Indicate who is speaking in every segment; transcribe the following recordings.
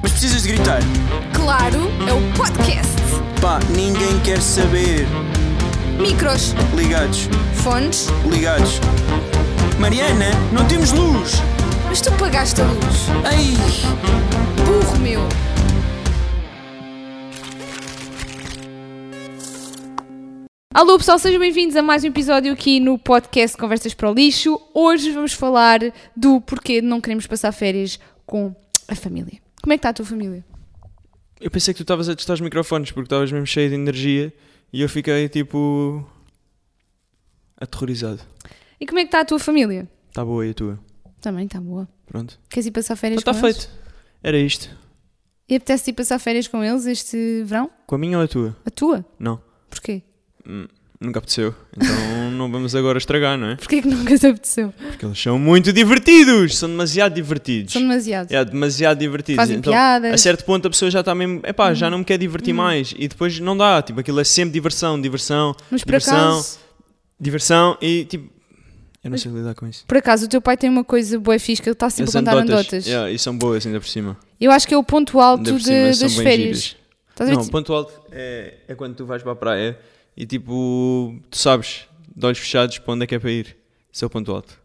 Speaker 1: precisas de gritar?
Speaker 2: Claro, é o podcast.
Speaker 1: Pá, ninguém quer saber.
Speaker 2: Micros,
Speaker 1: Ligados,
Speaker 2: fones,
Speaker 1: ligados. Mariana, não temos luz!
Speaker 2: mas tu pagaste a luz.
Speaker 1: Ai!
Speaker 2: Burro meu.
Speaker 3: Alô pessoal, sejam bem-vindos a mais um episódio aqui no podcast Conversas para o Lixo. Hoje vamos falar do porquê de não queremos passar férias com a família. Como é que está a tua família?
Speaker 4: Eu pensei que tu estavas a testar os microfones porque estavas mesmo cheio de energia e eu fiquei tipo. aterrorizado.
Speaker 3: E como é que está a tua família?
Speaker 4: Está boa aí a tua.
Speaker 3: Também está boa. Então tá
Speaker 4: Pronto.
Speaker 3: Queres ir passar férias
Speaker 4: Está
Speaker 3: com eles?
Speaker 4: feito. Era isto.
Speaker 3: E apetece ir passar férias com eles este verão?
Speaker 4: Com a minha ou a tua?
Speaker 3: A tua?
Speaker 4: Não.
Speaker 3: Porquê?
Speaker 4: Nunca apeteceu. Então não vamos agora estragar, não é?
Speaker 3: Porquê que nunca te apeteceu?
Speaker 4: Porque eles são muito divertidos! São demasiado divertidos.
Speaker 3: São demasiados.
Speaker 4: É, demasiado divertidos. Então,
Speaker 3: Fazem piadas. Uhum.
Speaker 4: A certo ponto a pessoa já está mesmo. Epá, já não me quer divertir mais. E depois não dá. Tipo, aquilo é sempre diversão, diversão,
Speaker 3: Mas por
Speaker 4: diversão,
Speaker 3: acaso,
Speaker 4: diversão e tipo. Eu não sei lidar com isso.
Speaker 3: por acaso o teu pai tem uma coisa boa e fixe que ele está sempre
Speaker 4: As
Speaker 3: a contar
Speaker 4: anedotas.
Speaker 3: Tipo andotas.
Speaker 4: Yeah, e são boas ainda por cima.
Speaker 3: Eu acho que é o ponto alto
Speaker 4: Ainda por
Speaker 3: de-
Speaker 4: cima são
Speaker 3: das
Speaker 4: bem
Speaker 3: férias.
Speaker 4: giras.
Speaker 3: Estás a ver?
Speaker 4: Não, o ponto alto é, é quando tu vais para a praia e tipo, tu sabes, de olhos fechados, para onde é que é para ir. Esse é o ponto alto.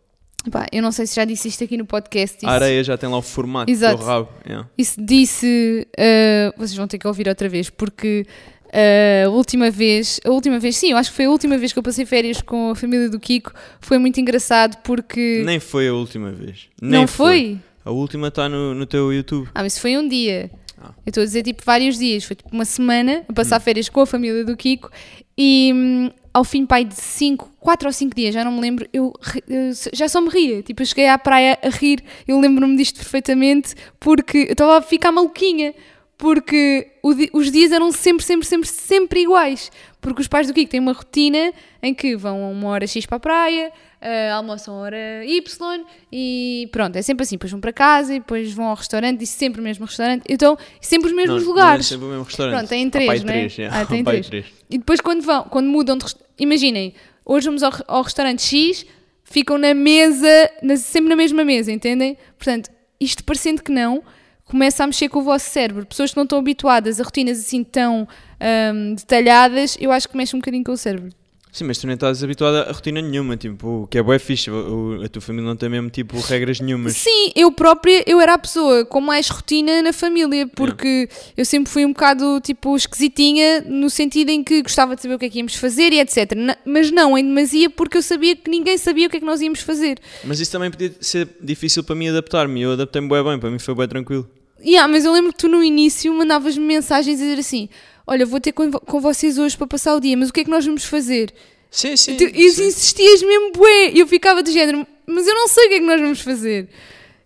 Speaker 3: Pá, eu não sei se já disse isto aqui no podcast.
Speaker 4: A
Speaker 3: Isso,
Speaker 4: areia já tem lá o formato
Speaker 3: Exato.
Speaker 4: do rabo. yeah.
Speaker 3: isso disse. ah, vocês vão ter que ouvir outra vez, porque ah, a última vez. A última vez, sim, eu acho que foi a última vez que eu passei férias com a família do Kiko. Foi muito engraçado porque.
Speaker 4: Nem foi a última vez.
Speaker 3: Não
Speaker 4: Nem
Speaker 3: foi?
Speaker 4: A última está no, no teu YouTube.
Speaker 3: Ah, mas foi um dia. Eu estou a dizer tipo vários dias. Foi tipo uma semana a passar férias com a família do Kiko e hum, ao fim, pai, de 5, 4 ou 5 dias, já não me lembro, eu, ri- eu se- já só me ria. Tipo, eu cheguei à praia a rir. Eu lembro-me disto perfeitamente porque eu estava a ficar maluquinha. Porque o di- os dias eram sempre, sempre, sempre, sempre iguais. Porque os pais do Kiko têm uma rotina em que vão a uma hora X para a praia, ah, almoçam a hora Y e pronto, é sempre assim. Depois vão para casa e depois vão ao restaurante e sempre o mesmo restaurante. Então, sempre os mesmos
Speaker 4: Não, Não é
Speaker 3: lugares.
Speaker 4: sempre o mesmo restaurante.
Speaker 3: Pronto, têm
Speaker 4: Há
Speaker 3: três,
Speaker 4: pai
Speaker 3: não é?
Speaker 4: três, yeah.
Speaker 3: Ah, têm
Speaker 4: Há pai
Speaker 3: três. E depois quando vão, quando mudam de rest- imaginem, hoje vamos ao, re- ao restaurante X, ficam na mesa, na- sempre na mesma mesa, entendem? Portanto, isto parecendo que não, começa a mexer com o vosso cérebro. Pessoas que não estão habituadas a rotinas assim tão ahm, detalhadas, eu acho que mexe um bocadinho com o cérebro.
Speaker 4: Sim, mas tu nem estás habituada a rotina nenhuma, tipo, o que é bué fixe, o- o- a tua família não tem mesmo, tipo, regras nenhumas.
Speaker 3: Sim, eu própria, eu era a pessoa com mais rotina na família, porque eu sempre fui um bocado, tipo, esquisitinha, no sentido em que gostava de saber o que é que íamos fazer e etc. Na- Mas não em demasia, porque eu sabia que ninguém sabia o que é que nós íamos fazer.
Speaker 4: Mas isso também podia ser difícil para mim adaptar-me. Eu adaptei-me bem bem, para mim foi bem tranquilo.
Speaker 3: E ah mas eu lembro que tu no início mandavas-me mensagens a dizer assim, olha, vou ter com, vo- com vocês hoje para passar o dia, mas o que é que nós vamos fazer?
Speaker 4: Sim, sim.
Speaker 3: E tu- Então, e insistias mesmo bué, e eu ficava do género, mas eu não sei o que é que nós vamos fazer.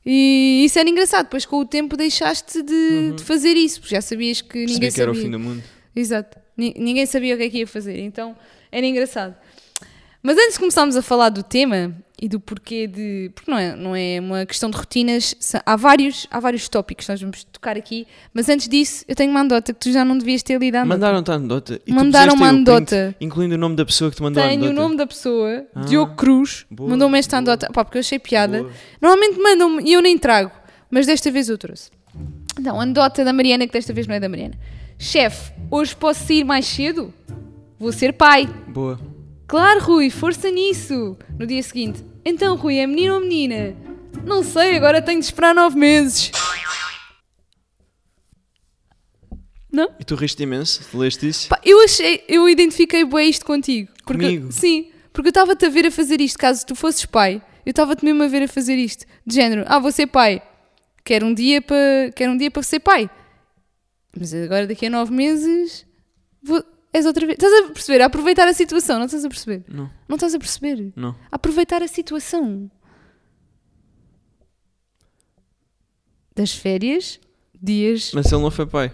Speaker 3: E isso era engraçado, depois com o tempo deixaste de, de fazer isso, porque já sabias que ninguém
Speaker 4: Sabia Uhum. que era o
Speaker 3: sabia.
Speaker 4: fim do mundo.
Speaker 3: Exato. Ni- Ninguém sabia o que é que ia fazer, então era engraçado. Mas antes de começarmos a falar do tema e do porquê de. Porque não é, não é uma questão de rotinas, se- há vários, há vários tópicos que nós vamos tocar aqui, mas antes disso eu tenho uma andota que tu já não devias ter lido à andota.
Speaker 4: Mandaram-te a anedota. E tu
Speaker 3: Mandaram
Speaker 4: puseste aí
Speaker 3: uma
Speaker 4: o print,
Speaker 3: Ah, anedota.
Speaker 4: incluindo o nome da pessoa que te mandou a
Speaker 3: Tenho
Speaker 4: anedota.
Speaker 3: o nome da pessoa, Diogo Cruz,
Speaker 4: Ah,
Speaker 3: um
Speaker 4: boa,
Speaker 3: mandou-me esta andota, pá, porque eu achei piada.
Speaker 4: Boa.
Speaker 3: Normalmente mandam-me e eu nem trago, mas desta vez eu trouxe. Então, andota da Mariana, que desta vez não é da Mariana. Chefe, hoje posso sair mais cedo? Vou ser pai.
Speaker 4: Boa.
Speaker 3: Claro, Rui, força nisso! No dia seguinte, então, Rui, é menino ou menina? Não sei, agora tenho de esperar nove meses. Não?
Speaker 4: E tu riste imenso, tu leste isso.
Speaker 3: Pá, eu achei, eu identifiquei bem isto contigo. Porque,
Speaker 4: Comigo?
Speaker 3: Sim, porque eu estava-te a ver a fazer isto, caso tu fosses pai, eu estava-te mesmo a ver a fazer isto. De género, ah, vou ser pai. Quero um dia para quero um dia para ser pai. Mas agora daqui a nove meses vou- és outra vez. Estás a perceber? A aproveitar a situação, não estás a perceber?
Speaker 4: Não.
Speaker 3: Não estás a perceber?
Speaker 4: Não.
Speaker 3: Aproveitar a situação. Das férias, dias.
Speaker 4: Mas ele não foi pai.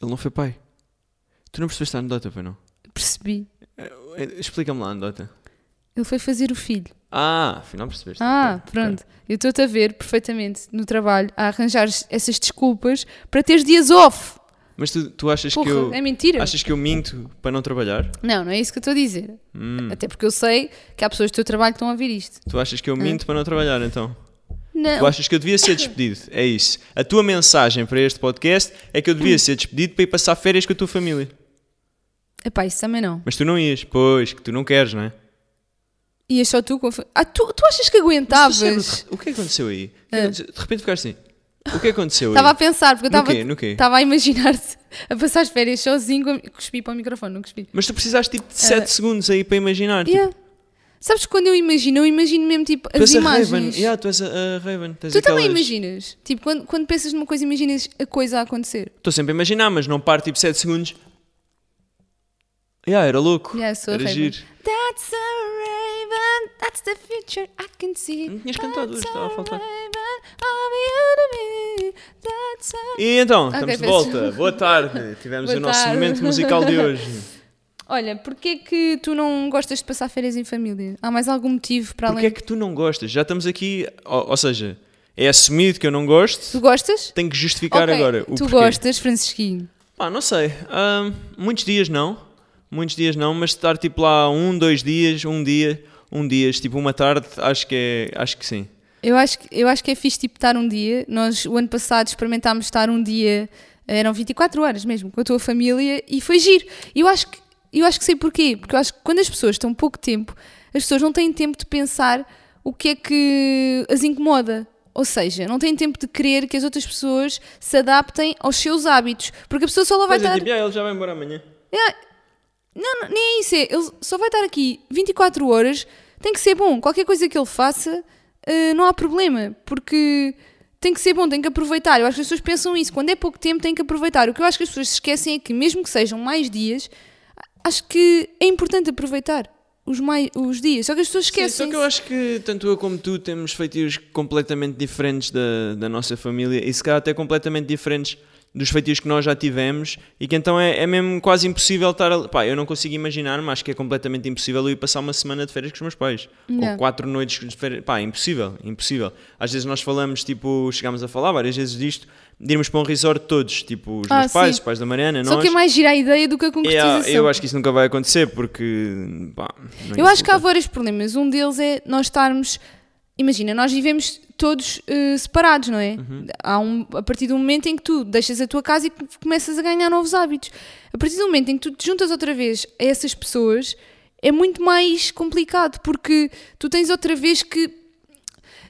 Speaker 4: Ele não foi pai. Tu não percebeste a anedota, foi não?
Speaker 3: Percebi.
Speaker 4: Eh, Explica-me lá a anedota.
Speaker 3: Ele foi fazer o filho.
Speaker 4: Ah, afinal percebeste.
Speaker 3: Ah,
Speaker 4: Ok,
Speaker 3: pronto. Eu estou-te a ver perfeitamente no trabalho a arranjar essas desculpas para teres dias off.
Speaker 4: ok. Mas tu, tu achas
Speaker 3: Porra,
Speaker 4: que eu.
Speaker 3: é mentira.
Speaker 4: Achas que eu minto para não trabalhar?
Speaker 3: Não, não é isso que eu estou a dizer.
Speaker 4: Hum.
Speaker 3: Até porque eu sei que há pessoas do teu trabalho que estão a ouvir isto.
Speaker 4: Tu achas que eu minto para não trabalhar, então?
Speaker 3: Não.
Speaker 4: Tu achas que eu devia ser despedido? É isso. A tua mensagem para este podcast é que eu devia ser despedido para ir passar férias com a tua família.
Speaker 3: Epá, isso também não.
Speaker 4: Mas tu não ias. Pois, que tu não queres, não é?
Speaker 3: E é só tu com a fa- Ah, tu, tu achas que
Speaker 4: Mas tu sempre-
Speaker 3: aguentavas?
Speaker 4: O que é que aconteceu aí? O que é que aconteceu? De repente ficaste assim. O que é que aconteceu
Speaker 3: Estava Ah. a
Speaker 4: aí?
Speaker 3: pensar, porque eu
Speaker 4: No
Speaker 3: estava-
Speaker 4: quê? No quê?
Speaker 3: estava a imaginar-te a passar as férias sozinho. Com... Cuspi para o microfone, não cuspi.
Speaker 4: Mas tu precisaste tipo de
Speaker 3: Ah.
Speaker 4: 7 segundos aí para imaginar. Tipo,
Speaker 3: Yeah. Sabes que quando eu imagino, eu imagino mesmo tipo
Speaker 4: tu
Speaker 3: as
Speaker 4: és a
Speaker 3: imagens.
Speaker 4: Raven. Yeah, tu és a, a Raven. Tens
Speaker 3: Tu também
Speaker 4: aquelas-
Speaker 3: imaginas? Tipo, quando, quando pensas numa coisa, imaginas a coisa a acontecer.
Speaker 4: Estou sempre a imaginar, mas não paro tipo 7 segundos. Yeah, era louco.
Speaker 3: Yeah, sou a
Speaker 4: era
Speaker 3: Raven.
Speaker 4: giro.
Speaker 3: That's a raven, that's the future I can see.
Speaker 4: Não tinhas cantado hoje,
Speaker 3: That's
Speaker 4: estava a faltar.
Speaker 3: raven of the enemy, that's a-
Speaker 4: E então, estamos de
Speaker 3: peço
Speaker 4: volta. Boa tarde. Tivemos
Speaker 3: Boa
Speaker 4: o nosso
Speaker 3: tarde.
Speaker 4: momento musical de hoje.
Speaker 3: Olha, porquê é que tu não gostas de passar férias em família? Há mais algum motivo para
Speaker 4: Porquê
Speaker 3: além?
Speaker 4: é que tu não gostas? Já estamos aqui, ou, ou seja, é assumido que eu não gosto,
Speaker 3: Tu gostas?
Speaker 4: tenho que justificar
Speaker 3: Ok,
Speaker 4: agora o
Speaker 3: tu
Speaker 4: porquê.
Speaker 3: gostas, Francisquinho.
Speaker 4: Pá, não sei. Ahm, muitos dias não, muitos dias não, mas estar tipo lá um, dois dias, um dia, um dia, tipo uma tarde, acho que é, acho que sim.
Speaker 3: Eu acho, que- eu acho que é fixe tipo estar um dia. Nós o ano passado experimentámos estar um dia, eram 24 horas mesmo, com a tua família e foi giro. E eu acho que, eu acho que sei porquê, porque eu acho que quando as pessoas estão pouco tempo, as pessoas não têm tempo de pensar o que é que as incomoda. Ou seja, não têm tempo de querer que as outras pessoas se adaptem aos seus hábitos, porque a pessoa só lá vai
Speaker 4: Mas é
Speaker 3: estar.
Speaker 4: tipo, ah, ele já vai embora amanhã.
Speaker 3: Ah, Não, não, nem é isso. é, Ele só vai estar aqui 24 horas. Tem que ser bom. Qualquer coisa que ele faça, ah, não há problema. Porque tem que ser bom, tem que aproveitar. Eu acho que as pessoas pensam isso. Quando é pouco tempo, tem que aproveitar. O que eu acho que as pessoas se esquecem é que, mesmo que sejam mais dias, acho que é importante aproveitar os, mai- os dias. Só que as pessoas
Speaker 4: Sim,
Speaker 3: esquecem.
Speaker 4: só que eu acho que tanto eu como tu temos feitios completamente diferentes da, da nossa família e se calhar até completamente diferentes dos feitios que nós já tivemos e que então é, é mesmo quase impossível estar ali. Pá, eu não consigo imaginar, mas acho que é completamente impossível eu ir passar uma semana de férias com os meus pais.
Speaker 3: Yeah.
Speaker 4: Ou quatro noites de férias. Pá, impossível, impossível. Às vezes nós falamos, tipo, chegámos a falar várias vezes disto, de irmos para um resort todos, tipo, os
Speaker 3: Ah,
Speaker 4: meus pais,
Speaker 3: sim.
Speaker 4: os pais da Mariana,
Speaker 3: Só
Speaker 4: nós.
Speaker 3: que é mais girar a ideia do que a
Speaker 4: É,
Speaker 3: concretização.
Speaker 4: eu acho que isso nunca vai acontecer porque. Pá, não é
Speaker 3: Eu acho que há
Speaker 4: resulta.
Speaker 3: vários problemas. Um deles é nós estarmos. Imagina, nós vivemos todos eh, separados, não é? Há um, a partir do momento em que tu deixas a tua casa e que começas a ganhar novos hábitos. A partir do momento em que tu te juntas outra vez a essas pessoas, é muito mais complicado porque tu tens outra vez que.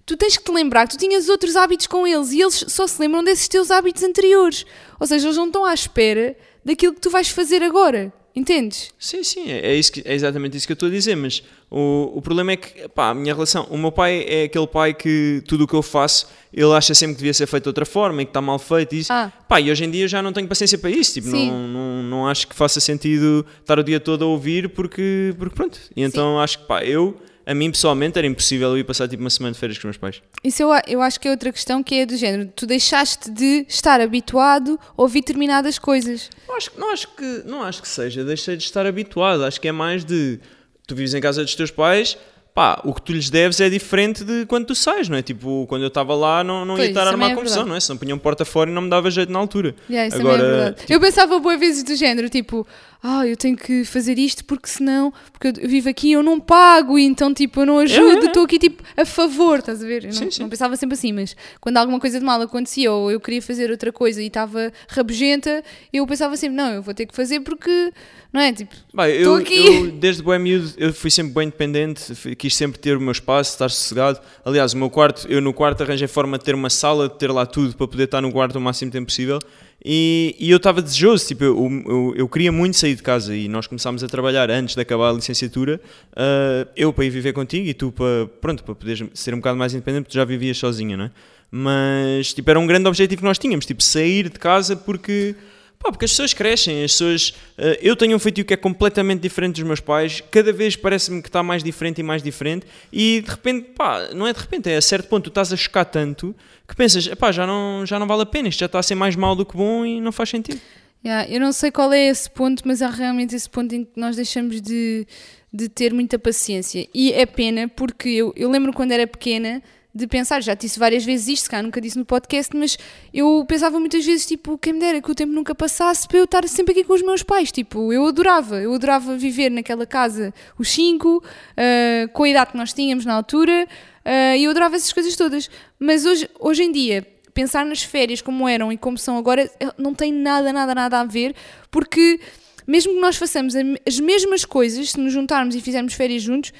Speaker 3: Tu tens que te lembrar que tu tinhas outros hábitos com eles e eles só se lembram desses teus hábitos anteriores. Ou seja, eles não estão à espera daquilo que tu vais fazer agora. Entendes?
Speaker 4: Sim, sim, é, é isso que- é exatamente isso que eu estou a dizer, mas o, o problema é que, pá, a minha relação, o meu pai é aquele pai que tudo o que eu faço, ele acha sempre que devia ser feito de outra forma e que está mal feito e isso,
Speaker 3: Ah.
Speaker 4: pá, e hoje em dia eu já não tenho paciência para isso, tipo,
Speaker 3: Sim.
Speaker 4: não, não, não acho que faça sentido estar o dia todo a ouvir porque, porque pronto, e então acho que, pá, eu, a mim pessoalmente era impossível eu ir passar tipo uma semana de férias com os meus pais.
Speaker 3: Isso eu, a- eu acho que é outra questão que é do género. Tu deixaste de estar habituado a ouvir determinadas coisas.
Speaker 4: Não acho, não acho que, não acho que seja, deixei de estar habituado. Acho que é mais de tu vives em casa dos teus pais, pá, o que tu lhes deves é diferente de quando tu sais, não é? Tipo, quando eu estava lá não, não
Speaker 3: Pois,
Speaker 4: ia estar
Speaker 3: isso
Speaker 4: a armar
Speaker 3: também é
Speaker 4: confusão,
Speaker 3: verdade.
Speaker 4: não é? Se não punham porta fora e não me dava jeito na altura.
Speaker 3: Yeah, isso também é verdade.
Speaker 4: tipo
Speaker 3: eu pensava boas vezes do género, tipo, ah, eu tenho que fazer isto porque senão, porque eu d- eu vivo aqui e eu não pago, e então tipo, eu não ajudo, estou
Speaker 4: yeah,
Speaker 3: aqui tipo a favor, estás a ver? Eu não,
Speaker 4: Uhum. Sim, sim.
Speaker 3: não pensava sempre assim, mas quando alguma coisa de mal acontecia ou eu queria fazer outra coisa e estava rabugenta, eu pensava sempre, não, eu vou ter que fazer porque, não é? Tipo,
Speaker 4: Pá,
Speaker 3: Tô
Speaker 4: eu,
Speaker 3: aqui.
Speaker 4: eu, desde bem miúdo, eu fui sempre bem independente, fui- quis sempre ter o meu espaço, estar sossegado. Aliás, o meu quarto, eu no quarto arranjei forma de ter uma sala, de ter lá tudo, para poder estar no quarto o máximo tempo possível. E, e eu estava desejoso, tipo, eu, eu, eu queria muito sair de casa e nós começámos a trabalhar antes de acabar a licenciatura. ah, eu para ir viver contigo e tu para, pronto, para poderes ser um bocado mais independente, porque tu já vivias sozinha, não é? Mas, tipo, era um grande objetivo que nós tínhamos, tipo, sair de casa porque... Pá, porque as pessoas crescem, as pessoas. eh, eu tenho um feitio que é completamente diferente dos meus pais, cada vez parece-me que está mais diferente e mais diferente, e de repente, pá, não é de repente, é a certo ponto, tu estás a chocar tanto que pensas, pá, já não, já não vale a pena, isto já está a ser mais mal do que bom e não faz sentido.
Speaker 3: Yeah, eu não sei qual é esse ponto, mas há realmente esse ponto em que nós deixamos de, de ter muita paciência. E é pena, porque eu, eu lembro quando era pequena de pensar, já disse várias vezes isto, se calhar nunca disse no podcast, mas eu pensava muitas vezes, tipo, quem me dera que o tempo nunca passasse para eu estar sempre aqui com os meus pais, tipo, eu adorava, eu adorava viver naquela casa, os cinco, ah, com a idade que nós tínhamos na altura, ah, eu adorava essas coisas todas, mas hoje, hoje em dia, pensar nas férias como eram e como são agora, eh, não tem nada, nada, nada a ver, porque mesmo que nós façamos a- as mesmas coisas, se nos juntarmos e fizermos férias juntos,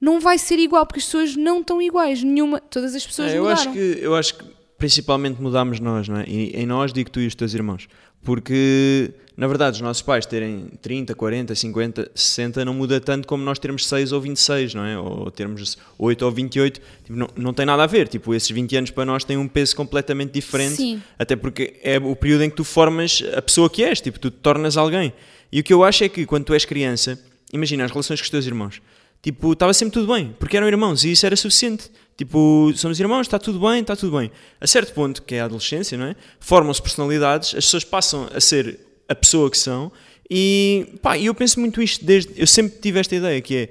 Speaker 3: não vai ser igual, porque as pessoas não estão iguais, nenhuma, todas as pessoas
Speaker 4: É, eu
Speaker 3: mudaram.
Speaker 4: acho que eu acho que principalmente mudámos nós, não é? E em nós digo tu e os teus irmãos. Porque, na verdade, os nossos pais terem 30, 40, 50, 60 não muda tanto como nós termos 6 ou 26, não é? Ou termos 8 ou 28, tipo, não, não tem nada a ver. Tipo, esses 20 anos para nós têm um peso completamente diferente.
Speaker 3: Sim.
Speaker 4: Até porque é o período em que tu formas a pessoa que és, tipo, tu te tornas alguém. E o que eu acho é que quando tu és criança, imagina as relações com os teus irmãos, tipo, estava sempre tudo bem, porque eram irmãos e isso era suficiente. Tipo, somos irmãos, está tudo bem, está tudo bem. A certo ponto, que é a adolescência, não é? Formam-se personalidades, as pessoas passam a ser a pessoa que são e pá, eu penso muito isto desde. Eu sempre tive esta ideia que é.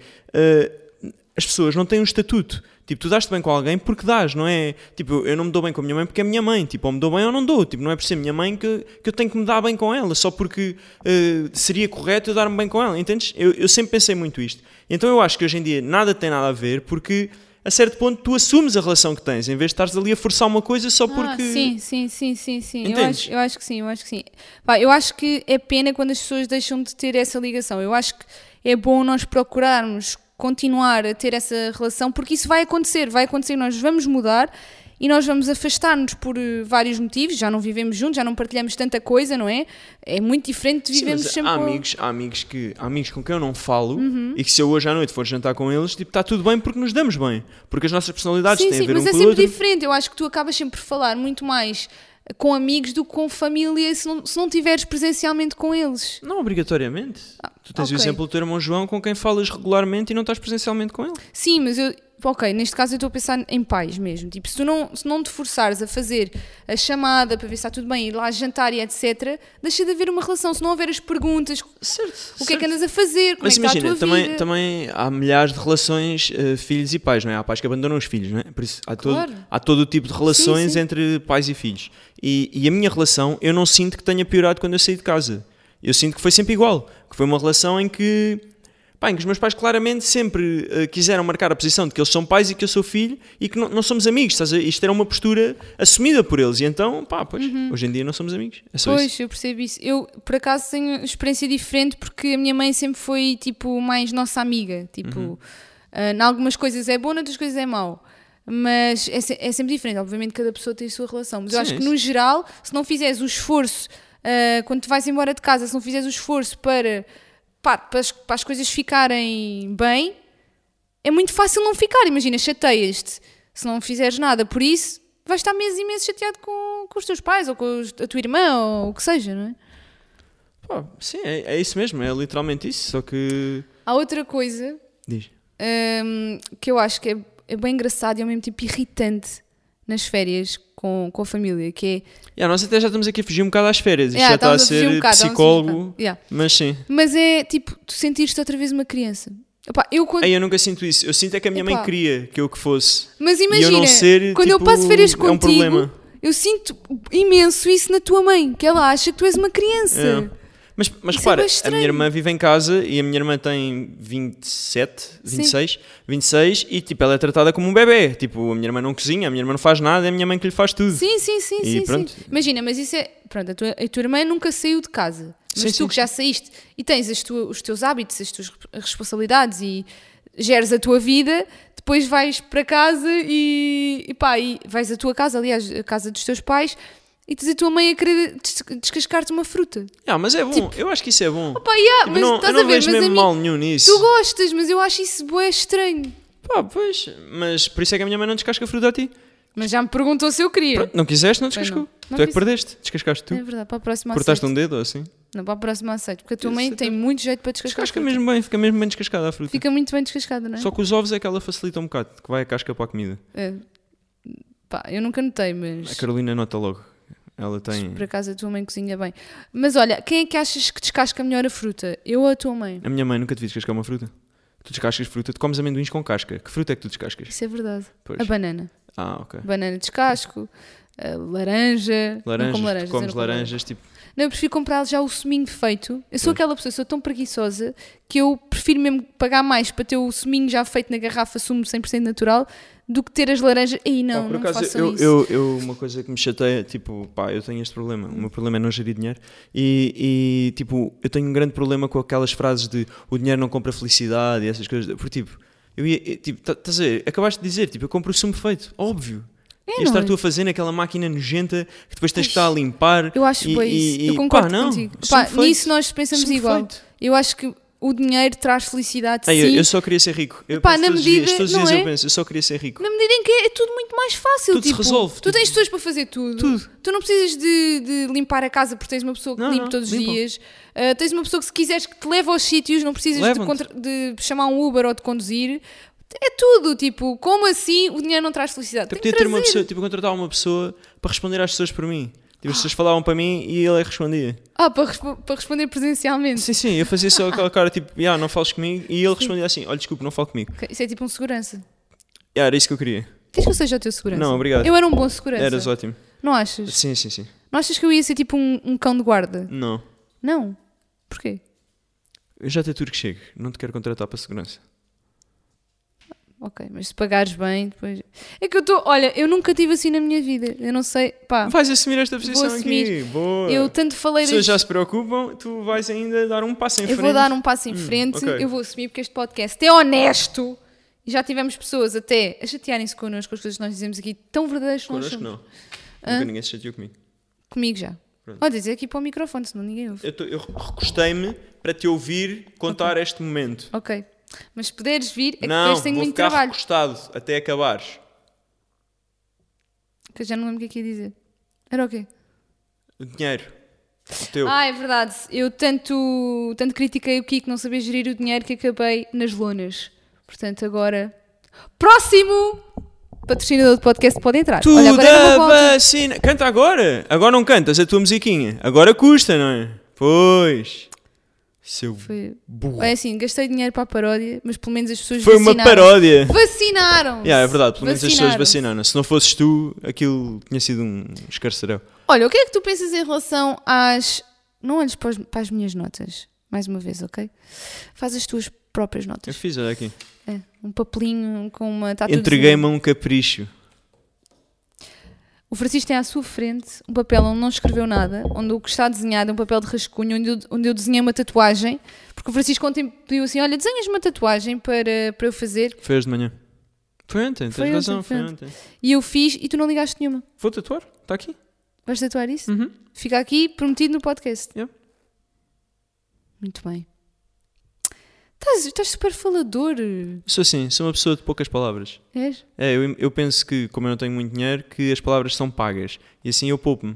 Speaker 4: ah, as pessoas não têm um estatuto. Tipo, tu dás-te bem com alguém porque dás, não é? Tipo, eu não me dou bem com a minha mãe porque é a minha mãe. Tipo, ou me dou bem ou não dou. Tipo, não é por ser minha mãe que, que eu tenho que me dar bem com ela, só porque eh, seria correto eu dar-me bem com ela. Entendes? Eu, eu sempre pensei muito isto. Então eu acho que hoje em dia nada tem nada a ver porque a certo ponto tu assumes a relação que tens em vez de estares ali a forçar uma coisa só
Speaker 3: Ah,
Speaker 4: porque.
Speaker 3: sim, sim, sim, sim, sim. Eu
Speaker 4: Entendes?
Speaker 3: acho, eu acho que sim, eu acho que sim. Pá, eu acho que é pena quando as pessoas deixam de ter essa ligação. Eu acho que é bom nós procurarmos continuar a ter essa relação, porque isso vai acontecer, vai acontecer, nós vamos mudar e nós vamos afastar-nos por eh, vários motivos, já não vivemos juntos, já não partilhamos tanta coisa, não é? É muito diferente de
Speaker 4: Sim,
Speaker 3: vivermos
Speaker 4: mas
Speaker 3: sempre
Speaker 4: há
Speaker 3: com- Uhum.
Speaker 4: amigos, há amigos que há amigos com quem eu não falo e que se eu hoje à noite for jantar com eles, tipo, está tudo bem porque nos damos bem, porque as nossas personalidades
Speaker 3: Sim,
Speaker 4: têm
Speaker 3: sim,
Speaker 4: a ver
Speaker 3: mas
Speaker 4: um
Speaker 3: é
Speaker 4: com o
Speaker 3: sempre
Speaker 4: outro.
Speaker 3: diferente. Eu acho que tu acabas sempre por falar muito mais com amigos do que com família se não, se não tiveres presencialmente com eles.
Speaker 4: Não obrigatoriamente. tu tens
Speaker 3: ok.
Speaker 4: o exemplo do teu irmão João com quem falas regularmente e não estás presencialmente com ele.
Speaker 3: Sim, mas eu. Ok, neste caso eu estou a pensar em pais mesmo. Tipo, se tu não, se não te forçares a fazer a chamada para ver se está tudo bem, ir lá jantar e etc., deixa de haver uma relação. Se não houver as perguntas,
Speaker 4: Certo.
Speaker 3: o que é que andas a fazer, como
Speaker 4: Mas
Speaker 3: é que
Speaker 4: imagina,
Speaker 3: está a tua
Speaker 4: também,
Speaker 3: vida.
Speaker 4: também há milhares de relações eh, filhos e pais, não é? Há pais que abandonam os filhos, não é? Por isso há todo,
Speaker 3: Claro.
Speaker 4: há todo o tipo de relações
Speaker 3: sim.
Speaker 4: entre pais e filhos. E, e a minha relação, eu não sinto que tenha piorado quando eu saí de casa. Eu sinto que foi sempre igual. Que foi uma relação em que, pá, em que os meus pais claramente sempre eh, quiseram marcar a posição de que eles são pais e que eu sou filho e que não, não somos amigos. Estás a- isto era uma postura assumida por eles. E então, pá, pois, hoje em dia não somos amigos. É só isso.
Speaker 3: Uhum. Pois, eu percebo isso. Eu, por acaso, tenho experiência diferente porque a minha mãe sempre foi, tipo, mais nossa amiga. Tipo,
Speaker 4: Uhum.
Speaker 3: ah, em algumas coisas é bom, em outras coisas é mau. Mas é, se- é sempre diferente. Obviamente, cada pessoa tem a sua relação. Mas eu
Speaker 4: Sim,
Speaker 3: acho
Speaker 4: é
Speaker 3: que,
Speaker 4: isso.
Speaker 3: no geral, se não fizeres o esforço, ah, quando tu vais embora de casa, se não fizeres o esforço para, pá, para, as, para as coisas ficarem bem, é muito fácil não ficar. Imagina, chateias-te se não fizeres nada. Por isso, vais estar meses e meses chateado com, com os teus pais ou com os- a tua irmã ou o que seja, não é?
Speaker 4: Pá, sim, é, é isso mesmo. É literalmente isso. Só que.
Speaker 3: Há outra coisa
Speaker 4: Diz.
Speaker 3: hum, que eu acho que é, é bem engraçado e ao mesmo tempo irritante nas férias com, com a família, que
Speaker 4: Yeah, nós até já estamos aqui a fugir um bocado às férias.
Speaker 3: é...
Speaker 4: Isto já está a
Speaker 3: estávamos fugir
Speaker 4: ser
Speaker 3: bocado, estávamos a fugir um
Speaker 4: psicólogo.
Speaker 3: bocado. Yeah.
Speaker 4: Mas sim.
Speaker 3: Mas é tipo, tu sentires-te outra vez uma criança. Epá, eu quando-
Speaker 4: Ei, eu nunca sinto isso. Eu sinto é que a minha mãe
Speaker 3: Epá.
Speaker 4: queria que eu que fosse.
Speaker 3: Mas
Speaker 4: eu não
Speaker 3: imagina,
Speaker 4: ser,
Speaker 3: quando eu
Speaker 4: tipo,
Speaker 3: passo férias
Speaker 4: é um
Speaker 3: contigo,
Speaker 4: problema.
Speaker 3: eu sinto imenso isso na tua mãe, que ela acha que tu és uma criança.
Speaker 4: É. Mas, mas
Speaker 3: Isso é
Speaker 4: repara,
Speaker 3: bué
Speaker 4: a
Speaker 3: estranho.
Speaker 4: minha irmã vive em casa e a minha irmã tem 27, 26, 26 e tipo, ela é tratada como um bebê. Tipo, a minha irmã não cozinha, a minha irmã não faz nada, é a minha mãe que lhe faz tudo.
Speaker 3: Sim, sim, sim,
Speaker 4: E
Speaker 3: sim,
Speaker 4: pronto.
Speaker 3: sim. Imagina, mas isso é. Pronto, a tua, a tua irmã nunca saiu de casa. Mas
Speaker 4: Sim,
Speaker 3: tu
Speaker 4: sim,
Speaker 3: que já saíste e tens as tua- os teus hábitos, as tuas responsabilidades e geres a tua vida, depois vais para casa e, e pá, e vais à tua casa, aliás, a casa dos teus pais, e tens a tua mãe a querer des- descascar-te uma fruta.
Speaker 4: Ah, mas é bom, eu acho que isso é bom.
Speaker 3: Pá, yeah,
Speaker 4: Tipo,
Speaker 3: Tipo, mas
Speaker 4: não,
Speaker 3: estás
Speaker 4: eu não
Speaker 3: a ver,
Speaker 4: vejo
Speaker 3: mas a
Speaker 4: mesmo
Speaker 3: mim-
Speaker 4: mal nenhum nisso.
Speaker 3: Tu gostas, mas eu acho isso bué estranho.
Speaker 4: Pá, pois, mas por isso é que a minha mãe não descasca a fruta a ti.
Speaker 3: Mas já me perguntou se eu queria.
Speaker 4: Pronto, não quiseste, não
Speaker 3: Pois
Speaker 4: descascou.
Speaker 3: não. Não
Speaker 4: tu é que
Speaker 3: quis.
Speaker 4: perdeste, descascaste tu.
Speaker 3: É verdade, para a próxima
Speaker 4: Cortaste um
Speaker 3: aceito.
Speaker 4: dedo ou assim?
Speaker 3: Não, para a próxima aceito, porque a tua
Speaker 4: Isso
Speaker 3: mãe
Speaker 4: é
Speaker 3: tem muito jeito para descascar.
Speaker 4: Descasca
Speaker 3: fruta.
Speaker 4: mesmo bem, fica mesmo bem descascada a fruta.
Speaker 3: Fica muito bem descascada, não é?
Speaker 4: Só que os ovos é que ela facilita um bocado, que vai a casca para a comida.
Speaker 3: É. Pá, eu nunca notei,
Speaker 4: A
Speaker 3: mas
Speaker 4: Carolina nota logo. Ela tem.
Speaker 3: por acaso a tua mãe cozinha bem. Mas olha, quem é que achas que descasca melhor a fruta? Eu ou a tua mãe?
Speaker 4: A minha mãe nunca te vi descascar uma fruta. Tu descascas fruta, tu comes amendoins com casca. Que fruta é que tu descascas?
Speaker 3: Isso é verdade.
Speaker 4: Pois.
Speaker 3: A banana.
Speaker 4: Ah, ok.
Speaker 3: Banana de descasco, ah, laranja. não
Speaker 4: Laranjas,
Speaker 3: como
Speaker 4: laranjas
Speaker 3: laranjas, eu
Speaker 4: comes
Speaker 3: não como
Speaker 4: laranjas, tipo.
Speaker 3: Não, eu prefiro comprar já o suminho feito. Eu sou aquela pessoa, sou tão preguiçosa que eu prefiro mesmo pagar mais para ter o suminho já feito na garrafa, sumo 100% natural, do que ter as laranjas. Ei, não,
Speaker 4: Pá, por
Speaker 3: não
Speaker 4: acaso,
Speaker 3: façam
Speaker 4: eu,
Speaker 3: isso.
Speaker 4: eu, eu- uma coisa que me chateia, tipo, pá, eu tenho este problema. O meu problema é não gerir dinheiro. E, e, tipo, eu tenho um grande problema com aquelas frases de o dinheiro não compra felicidade e essas coisas. Porque, tipo, eu ia, eh, tipo, tá- estás a ver, acabaste de dizer, tipo, eu compro o sumo feito, óbvio.
Speaker 3: É,
Speaker 4: e estar
Speaker 3: não é?
Speaker 4: tu a fazer naquela máquina nojenta que depois tens que estar a limpar.
Speaker 3: Eu acho
Speaker 4: e,
Speaker 3: bem
Speaker 4: e-
Speaker 3: isso. Eu
Speaker 4: e,
Speaker 3: concordo
Speaker 4: pá, não,
Speaker 3: contigo.
Speaker 4: sumo
Speaker 3: Pá,
Speaker 4: feito.
Speaker 3: nisso nós pensamos
Speaker 4: Sumo
Speaker 3: igual.
Speaker 4: feito.
Speaker 3: Eu acho que o dinheiro traz felicidade,
Speaker 4: Ei, eu-
Speaker 3: sim.
Speaker 4: eu só queria ser rico. Eu
Speaker 3: Pá,
Speaker 4: penso
Speaker 3: na
Speaker 4: todos os dias,
Speaker 3: medida,
Speaker 4: todos os
Speaker 3: não
Speaker 4: dias eu
Speaker 3: é?
Speaker 4: penso, eu só queria ser rico.
Speaker 3: Na medida em que é, tudo muito mais fácil.
Speaker 4: Tudo se
Speaker 3: tipo,
Speaker 4: resolve,
Speaker 3: Tu
Speaker 4: tipo.
Speaker 3: tens pessoas para fazer tudo.
Speaker 4: Tudo.
Speaker 3: Tu não precisas de, de limpar a casa porque tens uma pessoa que
Speaker 4: Não,
Speaker 3: limpa
Speaker 4: não,
Speaker 3: todos os
Speaker 4: limpam.
Speaker 3: dias. Ah, tens uma pessoa que se quiseres que te leva aos sítios, não precisas de,
Speaker 4: Levam-te.
Speaker 3: contra- de chamar um Uber ou de conduzir. É tudo, tipo, como assim o dinheiro não traz felicidade?
Speaker 4: Até
Speaker 3: Tem que
Speaker 4: podia ter uma
Speaker 3: trazer.
Speaker 4: pessoa, tipo, contratar uma pessoa para responder às pessoas por mim. Tipo, as pessoas falavam para mim e ele é respondia.
Speaker 3: Ah, para, respo- para responder presencialmente.
Speaker 4: Sim, sim, eu fazia só aquela cara tipo, ah, não falas comigo. E ele respondia assim: olha, desculpa, não falo comigo.
Speaker 3: Ok, Isso é tipo um segurança.
Speaker 4: Ya, era isso que eu queria.
Speaker 3: Tens que eu seja o teu segurança.
Speaker 4: Não, obrigado.
Speaker 3: Eu era um bom segurança.
Speaker 4: Eras ótimo.
Speaker 3: Não achas?
Speaker 4: Sim, sim, sim.
Speaker 3: Não achas que eu ia ser tipo um, um cão de guarda?
Speaker 4: Não.
Speaker 3: Não. Porquê?
Speaker 4: Eu já te aturo que chego. Não te quero contratar para segurança.
Speaker 3: Ok, mas se pagares bem, depois. É que eu estou. Olha, eu nunca tive assim na minha vida. Eu não sei. Pá,
Speaker 4: Vais assumir esta posição
Speaker 3: Ah. assumir.
Speaker 4: aqui. Boa.
Speaker 3: eu tanto
Speaker 4: As
Speaker 3: falei
Speaker 4: pessoas
Speaker 3: deste.
Speaker 4: já se preocupam, tu vais ainda dar um passo em
Speaker 3: Eu
Speaker 4: frente. Hum,
Speaker 3: vou dar um passo em frente,
Speaker 4: ok.
Speaker 3: eu vou assumir porque este podcast é honesto. E já tivemos pessoas até a chatearem-se connosco com as coisas que nós dizemos aqui, tão verdadeiras que nós
Speaker 4: Connosco
Speaker 3: somos.
Speaker 4: não. Nunca ninguém se chateou comigo.
Speaker 3: Comigo já. Olha, dizer aqui para o microfone, senão ninguém ouve.
Speaker 4: Eu, tô- eu recostei-me para te ouvir contar este momento.
Speaker 3: Ok. Mas se puderes vir, é que
Speaker 4: não,
Speaker 3: tens tenho
Speaker 4: vou
Speaker 3: muito
Speaker 4: ficar
Speaker 3: trabalho.
Speaker 4: recostado até acabares.
Speaker 3: Que eu já não lembro o que é que ia dizer. Era o quê?
Speaker 4: O dinheiro. O teu.
Speaker 3: Ah, é verdade. Eu tanto, tanto critiquei o Kiko não saber gerir o dinheiro que acabei nas lonas. Portanto, agora. Próximo patrocinador do podcast pode entrar.
Speaker 4: Tudo
Speaker 3: Olha, agora era uma
Speaker 4: a
Speaker 3: boa altura.
Speaker 4: vacina. assim. Canta agora. Agora não cantas a tua musiquinha. Agora custa, não é? Pois. Seu
Speaker 3: Foi-
Speaker 4: burro.
Speaker 3: É assim, gastei dinheiro para a paródia, mas pelo menos as pessoas
Speaker 4: Foi uma
Speaker 3: vacinaram.
Speaker 4: paródia.
Speaker 3: Vacinaram!
Speaker 4: Yeah, é verdade, pelo menos as pessoas
Speaker 3: vacinaram.
Speaker 4: vacinaram. Se não fosses tu, aquilo tinha sido um escarceréu.
Speaker 3: Olha, o que é que tu pensas em relação às. Não olhes para, os- para as minhas notas, mais uma vez, ok? Faz as tuas próprias
Speaker 4: Eu
Speaker 3: notas.
Speaker 4: fiz, olha aqui.
Speaker 3: É, um papelinho com uma tá tatuagem.
Speaker 4: Entreguei-me a um capricho.
Speaker 3: O Francisco tem à sua frente um papel onde não escreveu nada, onde o que está desenhado é um papel de rascunho, onde eu, onde eu desenhei uma tatuagem, porque o Francisco ontem pediu assim: Olha, desenhas uma tatuagem para, para eu fazer,
Speaker 4: Foi hoje de manhã. Foi ontem, tens
Speaker 3: Foi ontem,
Speaker 4: razão,
Speaker 3: foi
Speaker 4: foi
Speaker 3: ontem.
Speaker 4: ontem.
Speaker 3: e eu fiz, e tu não ligaste nenhuma.
Speaker 4: Vou tatuar, está aqui.
Speaker 3: Vais tatuar isso?
Speaker 4: Uhum.
Speaker 3: Fica aqui prometido no podcast.
Speaker 4: Yeah.
Speaker 3: Muito bem. Estás, estás super falador.
Speaker 4: Sou assim, sou uma pessoa de poucas palavras.
Speaker 3: És?
Speaker 4: É, eu, eu penso que, como eu não tenho muito dinheiro, que as palavras são pagas. E assim eu poupo-me.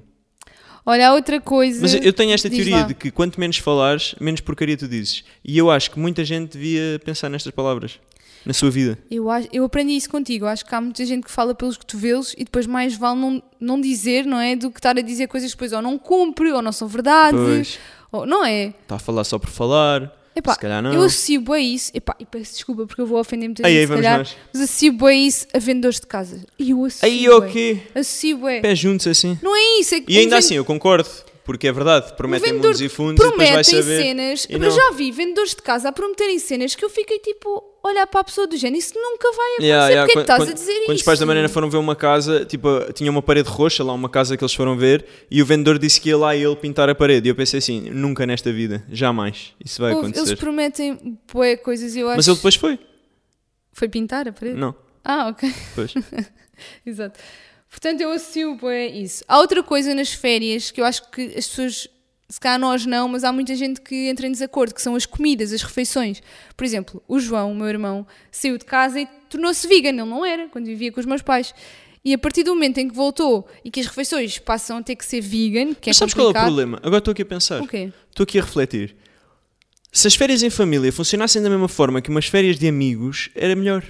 Speaker 3: Olha, há outra coisa.
Speaker 4: Mas eu tenho esta
Speaker 3: Diz
Speaker 4: teoria
Speaker 3: lá.
Speaker 4: de que quanto menos falares, menos porcaria tu dizes. E eu acho que muita gente devia pensar nestas palavras. Na sua vida.
Speaker 3: Eu, acho- eu aprendi isso contigo. Eu Acho que há muita gente que fala pelos cotovelos e depois mais vale não, não dizer, não é? Do que estar a dizer coisas que depois ou não cumpre, ou não são verdades,
Speaker 4: Pois.
Speaker 3: ou não é?
Speaker 4: Está a falar só por falar.
Speaker 3: Epá,
Speaker 4: se calhar não.
Speaker 3: Eu associo bem isso. Epá, e peço desculpa porque eu vou ofender muita
Speaker 4: Ai,
Speaker 3: gente,
Speaker 4: ai,
Speaker 3: se
Speaker 4: vamos
Speaker 3: calhar,
Speaker 4: nós.
Speaker 3: mas associo bem isso a vendedores de casa. E eu associo.
Speaker 4: Aí o
Speaker 3: bué.
Speaker 4: quê?
Speaker 3: Associo bué.
Speaker 4: Pés juntos assim.
Speaker 3: Não é isso. É que
Speaker 4: E
Speaker 3: um
Speaker 4: ainda
Speaker 3: vende-
Speaker 4: assim, eu concordo. Porque é verdade.
Speaker 3: um
Speaker 4: Prometem
Speaker 3: vendedor-
Speaker 4: mundos e fundos e depois vai
Speaker 3: prometem
Speaker 4: saber.
Speaker 3: cenas.
Speaker 4: e
Speaker 3: mas
Speaker 4: não.
Speaker 3: já vi vendedores de casa a prometerem cenas que eu fiquei tipo, olhar para a pessoa do género. Isso nunca vai acontecer.
Speaker 4: Yeah, yeah,
Speaker 3: Porquê
Speaker 4: quan-
Speaker 3: é que estás a
Speaker 4: quan-
Speaker 3: dizer isso?
Speaker 4: Quando os pais da Mariana foram ver uma casa, tipo, ah, tinha uma parede roxa lá, uma casa que eles foram ver, e o vendedor disse que ia lá e ele pintar a parede. E eu pensei assim, nunca nesta vida, jamais, isso vai
Speaker 3: Ouve, Eles
Speaker 4: acontecer.
Speaker 3: prometem bué coisas e eu acho.
Speaker 4: Mas ele depois foi.
Speaker 3: Foi pintar a parede?
Speaker 4: Não,
Speaker 3: Ah, ok.
Speaker 4: depois.
Speaker 3: Exato. Portanto, eu associo bué isso. Há outra coisa nas férias que eu acho que as pessoas. Se cá nós não, mas há muita gente que entra em desacordo, que são as comidas, as refeições. Por exemplo, o João, o meu irmão, saiu de casa e tornou-se vegan. Ele não era, quando vivia com os meus pais. E a partir do momento em que voltou e que as refeições passam a ter que ser vegan, que é
Speaker 4: Mas sabes qual é o
Speaker 3: complicado...
Speaker 4: problema? Agora estou aqui a pensar.
Speaker 3: O quê?
Speaker 4: Estou aqui a refletir. Se as férias em família funcionassem da mesma forma que umas férias de amigos, era melhor.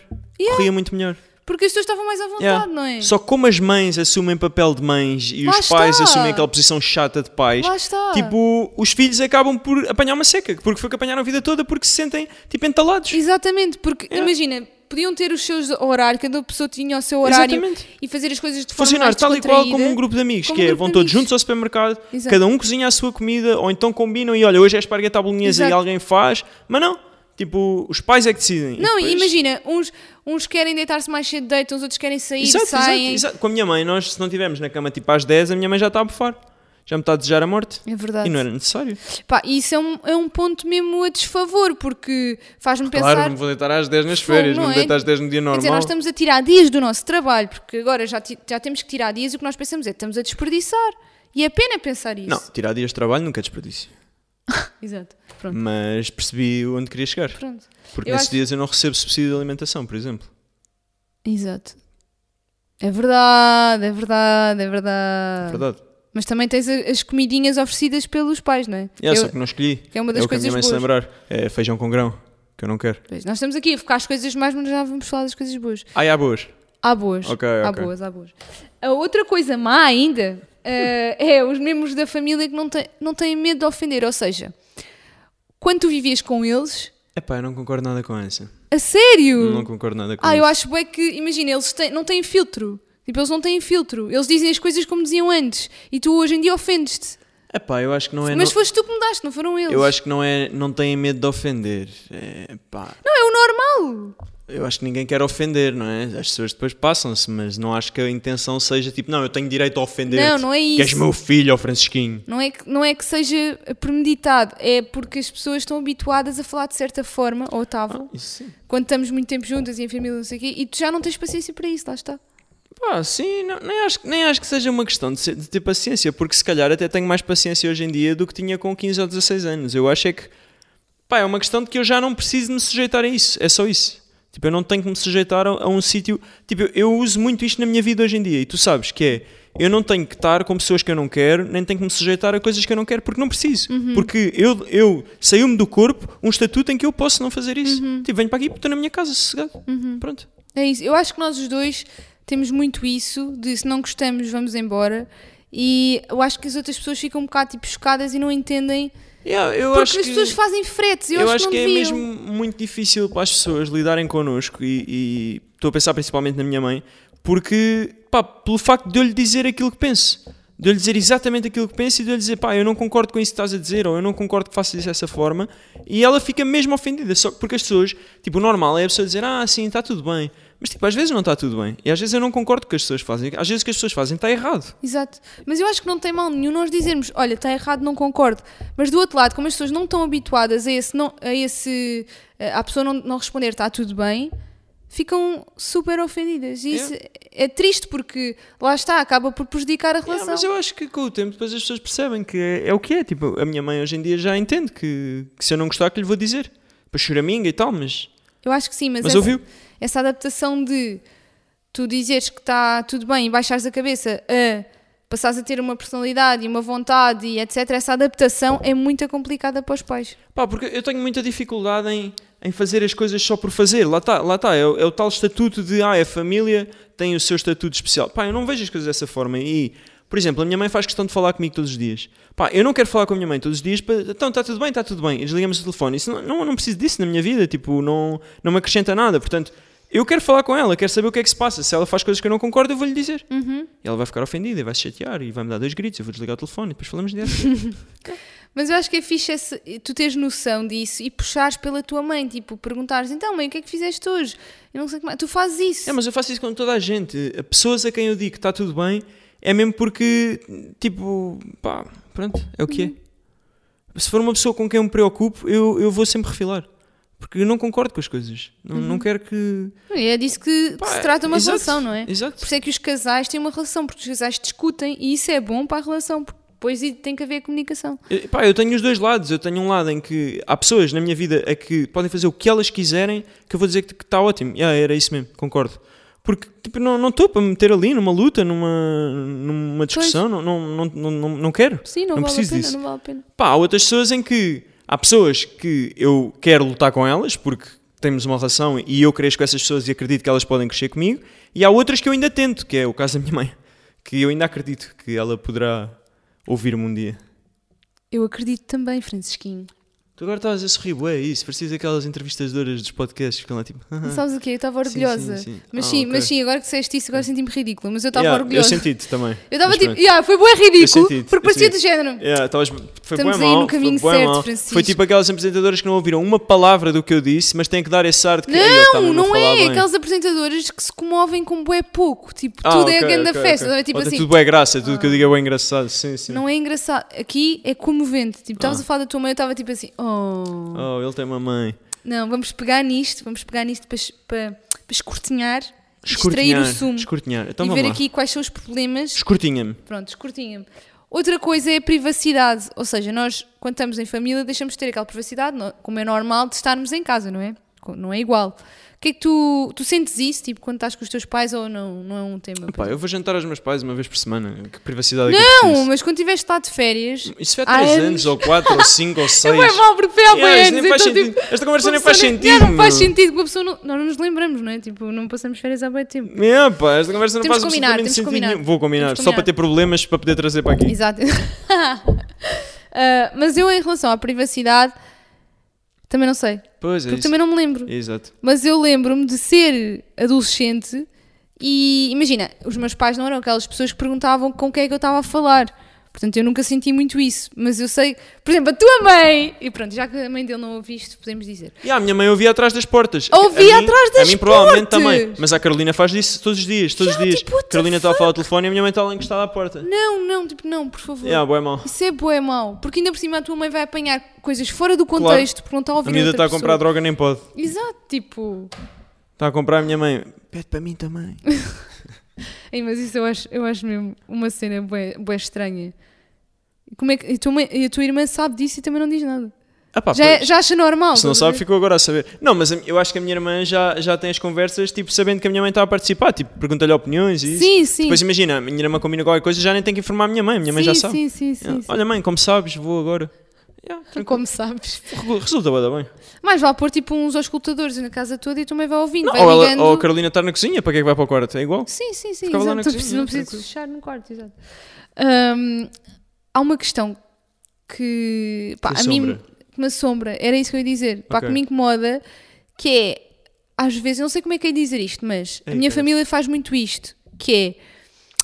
Speaker 4: Corria muito melhor.
Speaker 3: Porque as pessoas estavam mais à vontade,
Speaker 4: Yeah.
Speaker 3: não é?
Speaker 4: Só como as mães assumem papel de mães e
Speaker 3: Lá
Speaker 4: os pais
Speaker 3: está.
Speaker 4: assumem aquela posição chata de pais,
Speaker 3: Lá está.
Speaker 4: tipo, os filhos acabam por apanhar uma seca, porque foi o que apanharam a vida toda, porque se sentem, tipo, entalados.
Speaker 3: Exatamente, porque
Speaker 4: Yeah.
Speaker 3: imagina, podiam ter os seus horários, cada pessoa tinha o seu horário
Speaker 4: Exatamente.
Speaker 3: e fazer as coisas de forma
Speaker 4: Funcionar
Speaker 3: mais
Speaker 4: tal e qual como um
Speaker 3: descontraída.
Speaker 4: grupo de amigos,
Speaker 3: Como
Speaker 4: que
Speaker 3: um
Speaker 4: é,
Speaker 3: grupo
Speaker 4: vão
Speaker 3: de
Speaker 4: todos
Speaker 3: amigos.
Speaker 4: juntos ao supermercado,
Speaker 3: Exato.
Speaker 4: cada um cozinha a sua comida, ou então combinam e olha, hoje é esparguete à bolonhesa e
Speaker 3: Exato.
Speaker 4: alguém faz, mas não, tipo, os pais é que decidem.
Speaker 3: Não, e
Speaker 4: depois-
Speaker 3: imagina, uns, uns querem deitar-se mais cedo, deitam, os outros querem sair,
Speaker 4: Exato, exato,
Speaker 3: saem.
Speaker 4: exato. Com a minha mãe, nós se não estivermos na cama tipo às 10, a minha mãe já está a bufar. Já me está a desejar a morte.
Speaker 3: É verdade.
Speaker 4: E não era necessário.
Speaker 3: Pá, e isso é um, é um ponto mesmo a desfavor, porque faz-me
Speaker 4: Claro,
Speaker 3: pensar.
Speaker 4: me vou deitar às 10 nas
Speaker 3: Fogo,
Speaker 4: férias,
Speaker 3: não
Speaker 4: não me
Speaker 3: é?
Speaker 4: deitar às 10 no dia
Speaker 3: Quer dizer,
Speaker 4: normal.
Speaker 3: nós estamos a tirar dias do nosso trabalho, porque agora já, ti- já temos que tirar dias e o que nós pensamos é que estamos a desperdiçar. E é pena pensar isso.
Speaker 4: Não, tirar dias de trabalho nunca é desperdício.
Speaker 3: Exato. Pronto.
Speaker 4: Mas percebi onde queria chegar.
Speaker 3: Pronto.
Speaker 4: Porque
Speaker 3: Eu
Speaker 4: nesses
Speaker 3: acho-
Speaker 4: dias eu não recebo subsídio de alimentação, por exemplo.
Speaker 3: Exato. É verdade, é verdade, é verdade.
Speaker 4: Verdade.
Speaker 3: Mas também tens a- as comidinhas oferecidas pelos pais, não é?
Speaker 4: É,
Speaker 3: Eu-
Speaker 4: só que não escolhi.
Speaker 3: que é uma das
Speaker 4: o que a minha
Speaker 3: coisas
Speaker 4: mãe se
Speaker 3: boas.
Speaker 4: lembrar. É feijão com grão, que eu não quero.
Speaker 3: Pois, Nós estamos aqui a focar as coisas mais, mas já vamos falar das coisas boas.
Speaker 4: Ai, Ah, há boas.
Speaker 3: Há boas.
Speaker 4: Ok,
Speaker 3: há
Speaker 4: ok.
Speaker 3: boas, há boas. A outra coisa má ainda eh, é os membros da família que não, têm não têm medo de ofender. Ou seja, quando tu vivias com eles,
Speaker 4: Epá, eu não concordo nada com essa.
Speaker 3: a sério.
Speaker 4: Não concordo nada com
Speaker 3: ah,
Speaker 4: isso.
Speaker 3: eu acho bem que, imagina, eles têm- não têm filtro. Tipo, eles não têm filtro. Eles dizem as coisas como diziam antes. E tu hoje em dia ofendes-te.
Speaker 4: Epá, eu acho que não é...
Speaker 3: Mas
Speaker 4: não-
Speaker 3: foste tu que mudaste, não foram eles.
Speaker 4: Eu acho que não é... Não têm medo de ofender. É, pá,
Speaker 3: Não, é o normal.
Speaker 4: Eu acho que ninguém quer ofender, não é? As pessoas depois passam-se, mas não acho que a intenção seja tipo, não, eu tenho direito a ofender.
Speaker 3: Não, não é
Speaker 4: Que és
Speaker 3: isso.
Speaker 4: meu filho, ó Francisquinho.
Speaker 3: Não é, que, não é que seja premeditado. É porque as pessoas estão habituadas a falar de certa forma, ou estavam.
Speaker 4: Isso.
Speaker 3: quando estamos muito tempo juntas e em família, não sei o quê, e tu já não tens paciência para isso, lá está.
Speaker 4: Pá, sim, não- nem, acho, nem acho que seja uma questão de, ser- de ter paciência, porque se calhar até tenho mais paciência hoje em dia do que tinha com 15 ou 16 anos. Eu acho é que, pá, é uma questão de que eu já não preciso de me sujeitar a isso, é só isso. Tipo, eu não tenho que me sujeitar a, a um sítio. Tipo, eu, eu uso muito isto na minha vida hoje em dia, e tu sabes que é. Eu não tenho que estar com pessoas que eu não quero, nem tenho que me sujeitar a coisas que eu não quero, porque não preciso.
Speaker 3: Uhum.
Speaker 4: Porque eu, eu saiu-me do corpo um estatuto em que eu posso não fazer isso.
Speaker 3: Uhum.
Speaker 4: Tipo, venho para aqui, estou na minha casa, sossegado. Pronto.
Speaker 3: É isso. Eu acho que nós os dois temos muito isso de se não gostamos, vamos embora. E eu acho que as outras pessoas ficam um bocado tipo chocadas e não entendem
Speaker 4: Yeah, eu
Speaker 3: porque
Speaker 4: acho
Speaker 3: as
Speaker 4: que...
Speaker 3: pessoas fazem fretes. Eu,
Speaker 4: Eu, acho que,
Speaker 3: não
Speaker 4: é
Speaker 3: deviam.
Speaker 4: mesmo muito difícil para as pessoas lidarem connosco e, e estou a pensar principalmente na minha mãe, porque, pá, pelo facto de eu lhe dizer aquilo que penso, de eu lhe dizer exatamente aquilo que penso e de eu lhe dizer, pá, eu não concordo com isso que estás a dizer ou eu não concordo que faças isso dessa forma e ela fica mesmo ofendida, só porque as pessoas, tipo, o normal é a pessoa dizer, ah, sim, está tudo bem, mas, tipo, às vezes não está tudo bem e às vezes eu não concordo com o que as pessoas fazem, às vezes o que as pessoas fazem está errado.
Speaker 3: Exato. Mas eu acho que não tem mal nenhum nós dizermos, olha, está errado, não concordo. Mas do outro lado, como as pessoas não estão habituadas a esse, não, a esse a a pessoa não, não responder está tudo bem, ficam super ofendidas. E isso é, triste porque lá está, acaba por prejudicar a
Speaker 4: Yeah,
Speaker 3: relação.
Speaker 4: É, mas eu acho que com o tempo depois as pessoas percebem que é, é o que é. Tipo, a minha mãe hoje em dia já entende que, que se eu não gostar, que lhe vou dizer. Para choraminga e tal, mas.
Speaker 3: Eu acho que sim, mas, é-
Speaker 4: Mas
Speaker 3: essa,
Speaker 4: ouviu?
Speaker 3: essa adaptação de tu dizeres que está tudo bem e baixares a cabeça a passares a ter uma personalidade e uma vontade e etc, essa adaptação é muito complicada para os pais.
Speaker 4: Pá, porque eu tenho muita dificuldade em, em fazer as coisas só por fazer. Lá está, lá está. É, o- é o tal estatuto de, ah, é família, tem o seu estatuto especial. Pá, eu não vejo as coisas dessa forma. E, por exemplo, a minha mãe faz questão de falar comigo todos os dias. Pá, eu não quero falar com a minha mãe todos os dias. Para, então, está tudo bem, está tudo bem. E desligamos o telefone. Isso não, não, não preciso disso na minha vida. Tipo, não, não me acrescenta nada. Portanto, eu quero falar com ela, quero saber o que é que se passa. Se ela faz coisas que eu não concordo, eu vou-lhe dizer. E ela vai ficar ofendida, e vai se chatear e vai me dar dois gritos. Eu vou desligar o telefone e depois falamos dela.
Speaker 3: Mas eu acho que é fixe esse- tu teres noção disso e puxares pela tua mãe, tipo, perguntares, então mãe, o que é que fizeste hoje? Eu não sei como é. Tu fazes isso.
Speaker 4: É, mas eu faço isso com toda a gente. A Pessoas a quem eu digo que está tudo bem é mesmo porque, tipo, pá, pronto, é o que
Speaker 3: Uhum.
Speaker 4: é. Se for uma pessoa com quem eu me preocupo, eu, eu vou sempre refilar. Porque eu não concordo com as coisas. Não, não quero que.
Speaker 3: E É disso que, que
Speaker 4: pá,
Speaker 3: Uhum. se trata uma
Speaker 4: exato,
Speaker 3: relação, não é? Por
Speaker 4: Exato.
Speaker 3: isso é que os casais têm uma relação, porque os casais discutem e isso é bom para a relação, porque depois tem que haver comunicação.
Speaker 4: Eu, pá, eu tenho os dois lados. Eu tenho um lado em que há pessoas na minha vida a que podem fazer o que elas quiserem, que eu vou dizer que está ótimo. Yeah, era isso mesmo, concordo. Porque tipo, não não estou para me meter ali numa luta, numa, numa discussão, não, não, não, não, não- não quero.
Speaker 3: Sim, não,
Speaker 4: não
Speaker 3: vale a
Speaker 4: preciso
Speaker 3: pena,
Speaker 4: disso.
Speaker 3: não vale a pena.
Speaker 4: Pá, há outras pessoas em que há pessoas que eu quero lutar com elas porque temos uma relação e eu cresço com essas pessoas e acredito que elas podem crescer comigo, e há outras que eu ainda tento, que é o caso da minha mãe, que eu ainda acredito que ela poderá ouvir-me um dia.
Speaker 3: Eu acredito também, Francisquinho.
Speaker 4: Tu agora estavas a sorrir, ué, isso, parecia aquelas entrevistadoras dos podcasts que ficam lá tipo.
Speaker 3: Sabes o quê? Eu estava
Speaker 4: Sim, sim,
Speaker 3: orgulhosa.
Speaker 4: sim.
Speaker 3: Mas
Speaker 4: Ah,
Speaker 3: sim, mas
Speaker 4: ok.
Speaker 3: sim, agora que disseste isso, agora senti-me ridícula. Mas eu estava
Speaker 4: Yeah,
Speaker 3: orgulhosa.
Speaker 4: Eu senti-te também.
Speaker 3: Eu estava
Speaker 4: mas
Speaker 3: tipo,
Speaker 4: pronto.
Speaker 3: yeah, foi bué
Speaker 4: Eu
Speaker 3: ridículo,
Speaker 4: senti-te,
Speaker 3: porque
Speaker 4: eu
Speaker 3: parecia do
Speaker 4: senti-te.
Speaker 3: género.
Speaker 4: Yeah, estavas- foi
Speaker 3: Estamos
Speaker 4: bué
Speaker 3: aí
Speaker 4: mal,
Speaker 3: no caminho
Speaker 4: foi bué
Speaker 3: certo,
Speaker 4: mal.
Speaker 3: Francisco.
Speaker 4: Foi tipo aquelas apresentadoras que não ouviram uma palavra do que eu disse, mas têm que dar esse ar de que "Ei, eu
Speaker 3: Não,
Speaker 4: também
Speaker 3: não,
Speaker 4: não,
Speaker 3: é.
Speaker 4: falava bem."
Speaker 3: Aquelas apresentadoras que se comovem com bué pouco. Tipo,
Speaker 4: Ah,
Speaker 3: tudo é
Speaker 4: ok,
Speaker 3: a grande
Speaker 4: ok,
Speaker 3: festa.
Speaker 4: ok.
Speaker 3: É tipo
Speaker 4: Ou tem
Speaker 3: assim,
Speaker 4: Tudo é graça, tudo que eu digo é bem Ah. engraçado. Sim, sim.
Speaker 3: não é engraçado. Aqui é comovente. Tipo, estavas a falar da tua mãe, eu estava tipo assim, oh.
Speaker 4: Oh, ele tem uma mãe.
Speaker 3: Não, vamos pegar nisto, vamos pegar nisto para, es- para, para escortinhar, extrair
Speaker 4: Escurtinhar.
Speaker 3: o sumo
Speaker 4: Escurtinhar. Então
Speaker 3: e
Speaker 4: vamos
Speaker 3: ver
Speaker 4: lá.
Speaker 3: aqui quais são os problemas.
Speaker 4: Escurtinha-me.
Speaker 3: Pronto, escortinha-me. Outra coisa é a privacidade, ou seja, nós, quando estamos em família, deixamos de ter aquela privacidade, no- como é normal, de estarmos em casa, não é? Co- Não é igual. O que é que tu, tu sentes isso, tipo, quando estás com os teus pais ou não? Não é um tema.
Speaker 4: Pá, eu vou jantar aos meus pais uma vez por semana. Que privacidade é que eu
Speaker 3: não,
Speaker 4: preciso?
Speaker 3: mas quando estiveste lá de férias.
Speaker 4: Isso foi há
Speaker 3: há
Speaker 4: 3 anos, ou 4, ou 5, ou 6.
Speaker 3: Eu é mal porque foi há
Speaker 4: Yeah,
Speaker 3: bué
Speaker 4: isto nem
Speaker 3: anos,
Speaker 4: faz
Speaker 3: então,
Speaker 4: sentido.
Speaker 3: tipo,
Speaker 4: Esta conversa
Speaker 3: uma
Speaker 4: nem faz
Speaker 3: pessoa
Speaker 4: sentido,
Speaker 3: Yeah, não faz
Speaker 4: meu.
Speaker 3: sentido, uma pessoa não, nós não nos lembramos, não é? Tipo, não passamos férias há bué tempo.
Speaker 4: É, pá, esta conversa não
Speaker 3: Temos
Speaker 4: faz
Speaker 3: que combinar, temos
Speaker 4: absolutamente
Speaker 3: que
Speaker 4: sentido
Speaker 3: combinar.
Speaker 4: nenhum. Vou combinar,
Speaker 3: Temos que
Speaker 4: só
Speaker 3: combinar.
Speaker 4: para ter problemas para poder trazer para aqui.
Speaker 3: Exato. Ah, mas eu, em relação à privacidade, também não sei.
Speaker 4: Pois é.
Speaker 3: Porque
Speaker 4: isso.
Speaker 3: também não me lembro.
Speaker 4: Exato.
Speaker 3: Mas eu lembro-me de ser adolescente e imagina, os meus pais não eram aquelas pessoas que perguntavam com quem é que eu estava a falar. Portanto, eu nunca senti muito isso. Mas eu sei, por exemplo, a tua mãe. E pronto, já que a mãe dele não ouve isto, podemos dizer.
Speaker 4: E a minha mãe ouvia atrás das portas.
Speaker 3: Ouvia
Speaker 4: A mim-
Speaker 3: atrás das
Speaker 4: A mim provavelmente
Speaker 3: portas.
Speaker 4: também. Mas a Carolina faz isso todos os dias, todos
Speaker 3: Yeah,
Speaker 4: os dias.
Speaker 3: tipo, what the
Speaker 4: Carolina está a falar ao telefone e a minha mãe está lá encostada à porta.
Speaker 3: Não, não, tipo, não, por favor.
Speaker 4: Yeah, boa mal.
Speaker 3: Isso é bué mau. Porque ainda por cima a tua mãe vai apanhar coisas fora do contexto porque não está a
Speaker 4: A
Speaker 3: ouvir
Speaker 4: miúda
Speaker 3: é
Speaker 4: está
Speaker 3: outra
Speaker 4: a comprar
Speaker 3: pessoa.
Speaker 4: droga, nem pode.
Speaker 3: Exato, tipo...
Speaker 4: Está a comprar a minha mãe. Pede para mim também.
Speaker 3: Ei, mas isso eu acho, eu acho mesmo uma cena bué, bué estranha. Como é que, e, a tua mãe- e a tua irmã sabe disso e também não diz nada.
Speaker 4: Ah, pá,
Speaker 3: já,
Speaker 4: pois.
Speaker 3: é- já acha normal.
Speaker 4: Se não
Speaker 3: estás a
Speaker 4: sabe,
Speaker 3: ver?
Speaker 4: ficou agora a saber. Não, mas a- eu acho que a minha irmã já, já tem as conversas, tipo, sabendo que a minha mãe está a participar, tipo, pergunta-lhe opiniões e isso.
Speaker 3: Sim, sim.
Speaker 4: Tipo, Depois imagina, a minha irmã combina qualquer coisa, já nem tem que informar a minha mãe, a minha mãe
Speaker 3: sim,
Speaker 4: já sabe.
Speaker 3: Sim, sim, sim.
Speaker 4: Yeah.
Speaker 3: sim.
Speaker 4: Olha, mãe, como sabes, vou agora. Yeah,
Speaker 3: Como sabes.
Speaker 4: tranquilo. Resulta bué da bem.
Speaker 3: Mas vá pôr tipo uns auscultadores na casa toda e tu também vai ouvindo. vai
Speaker 4: ou, ela-
Speaker 3: ligando.
Speaker 4: ou a Carolina está na cozinha, para que é que vai para o quarto? É igual?
Speaker 3: Sim, sim, sim.
Speaker 4: Ficava lá
Speaker 3: Exato.
Speaker 4: na
Speaker 3: Tu
Speaker 4: cozinha,
Speaker 3: precisas- não precisas
Speaker 4: tranquilo.
Speaker 3: fechar no quarto, exato. Hum, há uma questão que pá,
Speaker 4: Que
Speaker 3: a mim
Speaker 4: assombra.
Speaker 3: que me assombra, era isso que eu ia dizer, pá,
Speaker 4: Ok.
Speaker 3: que me incomoda, que é às vezes, eu não sei como é que é dizer isto, mas a
Speaker 4: Ei,
Speaker 3: minha
Speaker 4: cara.
Speaker 3: família faz muito isto, que é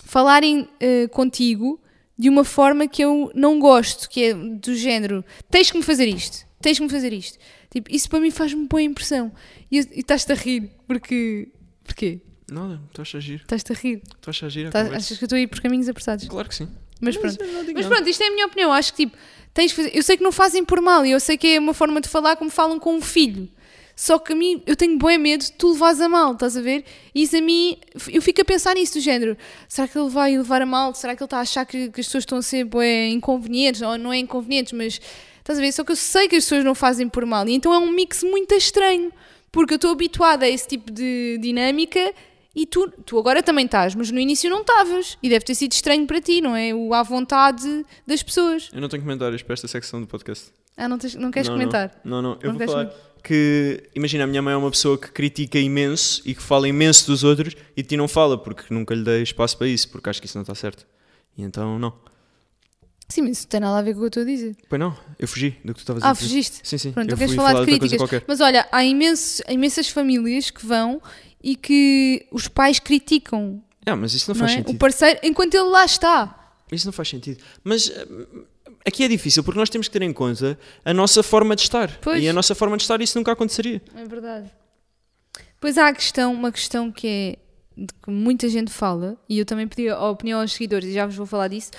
Speaker 3: falarem eh, contigo de uma forma que eu não gosto, que é do género tens que me fazer isto, tens que me fazer isto. Tipo, isso para mim faz-me boa impressão. E, eu- e estás-te a rir, porque. Porquê?
Speaker 4: Nada, estou a agir.
Speaker 3: Estás-te a rir.
Speaker 4: Estou a agir.
Speaker 3: Tá- achas que eu estou a ir por caminhos apertados?
Speaker 4: Claro que sim.
Speaker 3: Mas pronto.
Speaker 4: eu não digo
Speaker 3: Mas
Speaker 4: nada.
Speaker 3: pronto, isto é a minha opinião. Acho que tipo, tens de fazer. Eu sei que não fazem por mal e eu sei que é uma forma de falar como falam com um filho. Só que a mim, eu tenho bom medo de tu levas a mal, estás a ver? E isso a mim, eu fico a pensar nisso, do género: será que ele vai levar a mal? Será que ele está a achar que, que as pessoas estão a ser bué, inconvenientes? Ou não é inconvenientes, mas estás a ver? Só que eu sei que as pessoas não fazem por mal. E então é um mix muito estranho, porque eu estou habituada a esse tipo de dinâmica e tu, tu agora também estás, mas no início não estavas. E deve ter sido estranho para ti, não é? O à vontade das pessoas.
Speaker 4: Eu não tenho comentários para esta secção do podcast.
Speaker 3: Ah, não, tens- não queres
Speaker 4: Não,
Speaker 3: comentar?
Speaker 4: Não, não, não. eu
Speaker 3: Não
Speaker 4: vou
Speaker 3: queres
Speaker 4: falar que, imagina, a minha mãe é uma pessoa que critica imenso e que fala imenso dos outros e de ti não fala porque nunca lhe dei espaço para isso, porque acho que isso não está certo. E então, não.
Speaker 3: Sim, mas isso não tem nada a ver com o que eu estou a dizer.
Speaker 4: Pois não, eu fugi do que tu estavas
Speaker 3: Ah,
Speaker 4: a dizer.
Speaker 3: fugiste?
Speaker 4: Sim, sim.
Speaker 3: Pronto,
Speaker 4: eu
Speaker 3: então queres
Speaker 4: fui
Speaker 3: falar de
Speaker 4: outra coisa
Speaker 3: críticas.
Speaker 4: qualquer.
Speaker 3: Mas olha, há imensos, há imensas famílias que vão e que os pais criticam
Speaker 4: Ah, mas isso não,
Speaker 3: não
Speaker 4: faz
Speaker 3: é?
Speaker 4: sentido.
Speaker 3: o parceiro enquanto ele lá está.
Speaker 4: Isso não faz sentido. Mas hum, aqui é difícil porque nós temos que ter em conta a nossa forma de estar.
Speaker 3: Pois.
Speaker 4: E a nossa forma de estar, isso nunca aconteceria.
Speaker 3: É verdade. Pois há a questão, uma questão que é de que muita gente fala, e eu também pedi a opinião aos seguidores e já vos vou falar disso,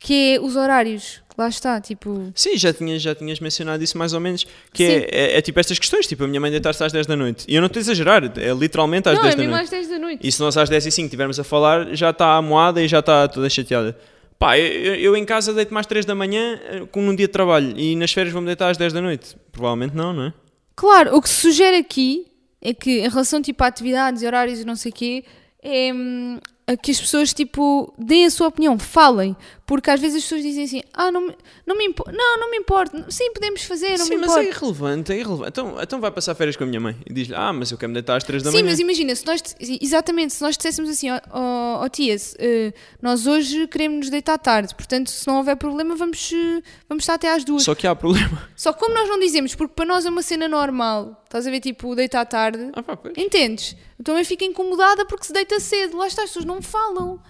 Speaker 3: que é os horários. Lá está, tipo,
Speaker 4: Sim, já tinhas, já tinhas mencionado isso mais ou menos. Que é,
Speaker 3: Sim.
Speaker 4: é- é tipo estas questões, tipo a minha mãe deitar-se às 10 da noite. E eu não estou a exagerar, é literalmente às
Speaker 3: não,
Speaker 4: 10
Speaker 3: é
Speaker 4: da
Speaker 3: mesmo
Speaker 4: noite.
Speaker 3: às 10 da noite.
Speaker 4: E se nós às 10 e 5 estivermos a falar, já está a moada e já está toda chateada. Pá, eu, eu- eu em casa deito mais 3 da manhã eh, com um dia de trabalho e nas férias vou-me deitar às 10 da noite. Provavelmente não, não é?
Speaker 3: Claro, o que se sugere aqui é que, em relação tipo, a atividades e horários e não sei o quê, é, hum, a que as pessoas, tipo, deem a sua opinião, falem. Porque às vezes as pessoas dizem assim, ah, não me, não me, impo- não, não me importo, sim, podemos fazer, não
Speaker 4: Sim,
Speaker 3: me
Speaker 4: mas é
Speaker 3: importo.
Speaker 4: irrelevante, é irrelevante. Então, então vai passar férias com a minha mãe e diz-lhe, ah, mas eu quero me deitar às 3 da
Speaker 3: Sim,
Speaker 4: manhã.
Speaker 3: mas imagina, se nós, exatamente, se nós disséssemos assim, ó ó- ó tia, se, eh, nós hoje queremos nos deitar tarde, portanto, se não houver problema, vamos, eh, vamos estar até às duas.
Speaker 4: Só que há problema.
Speaker 3: Só que como nós não dizemos, porque para nós é uma cena normal, estás a ver, tipo, deitar tarde,
Speaker 4: Ah, pá, pois.
Speaker 3: entendes? Então Eu também fico incomodada porque se deita cedo, lá está, as pessoas não falam.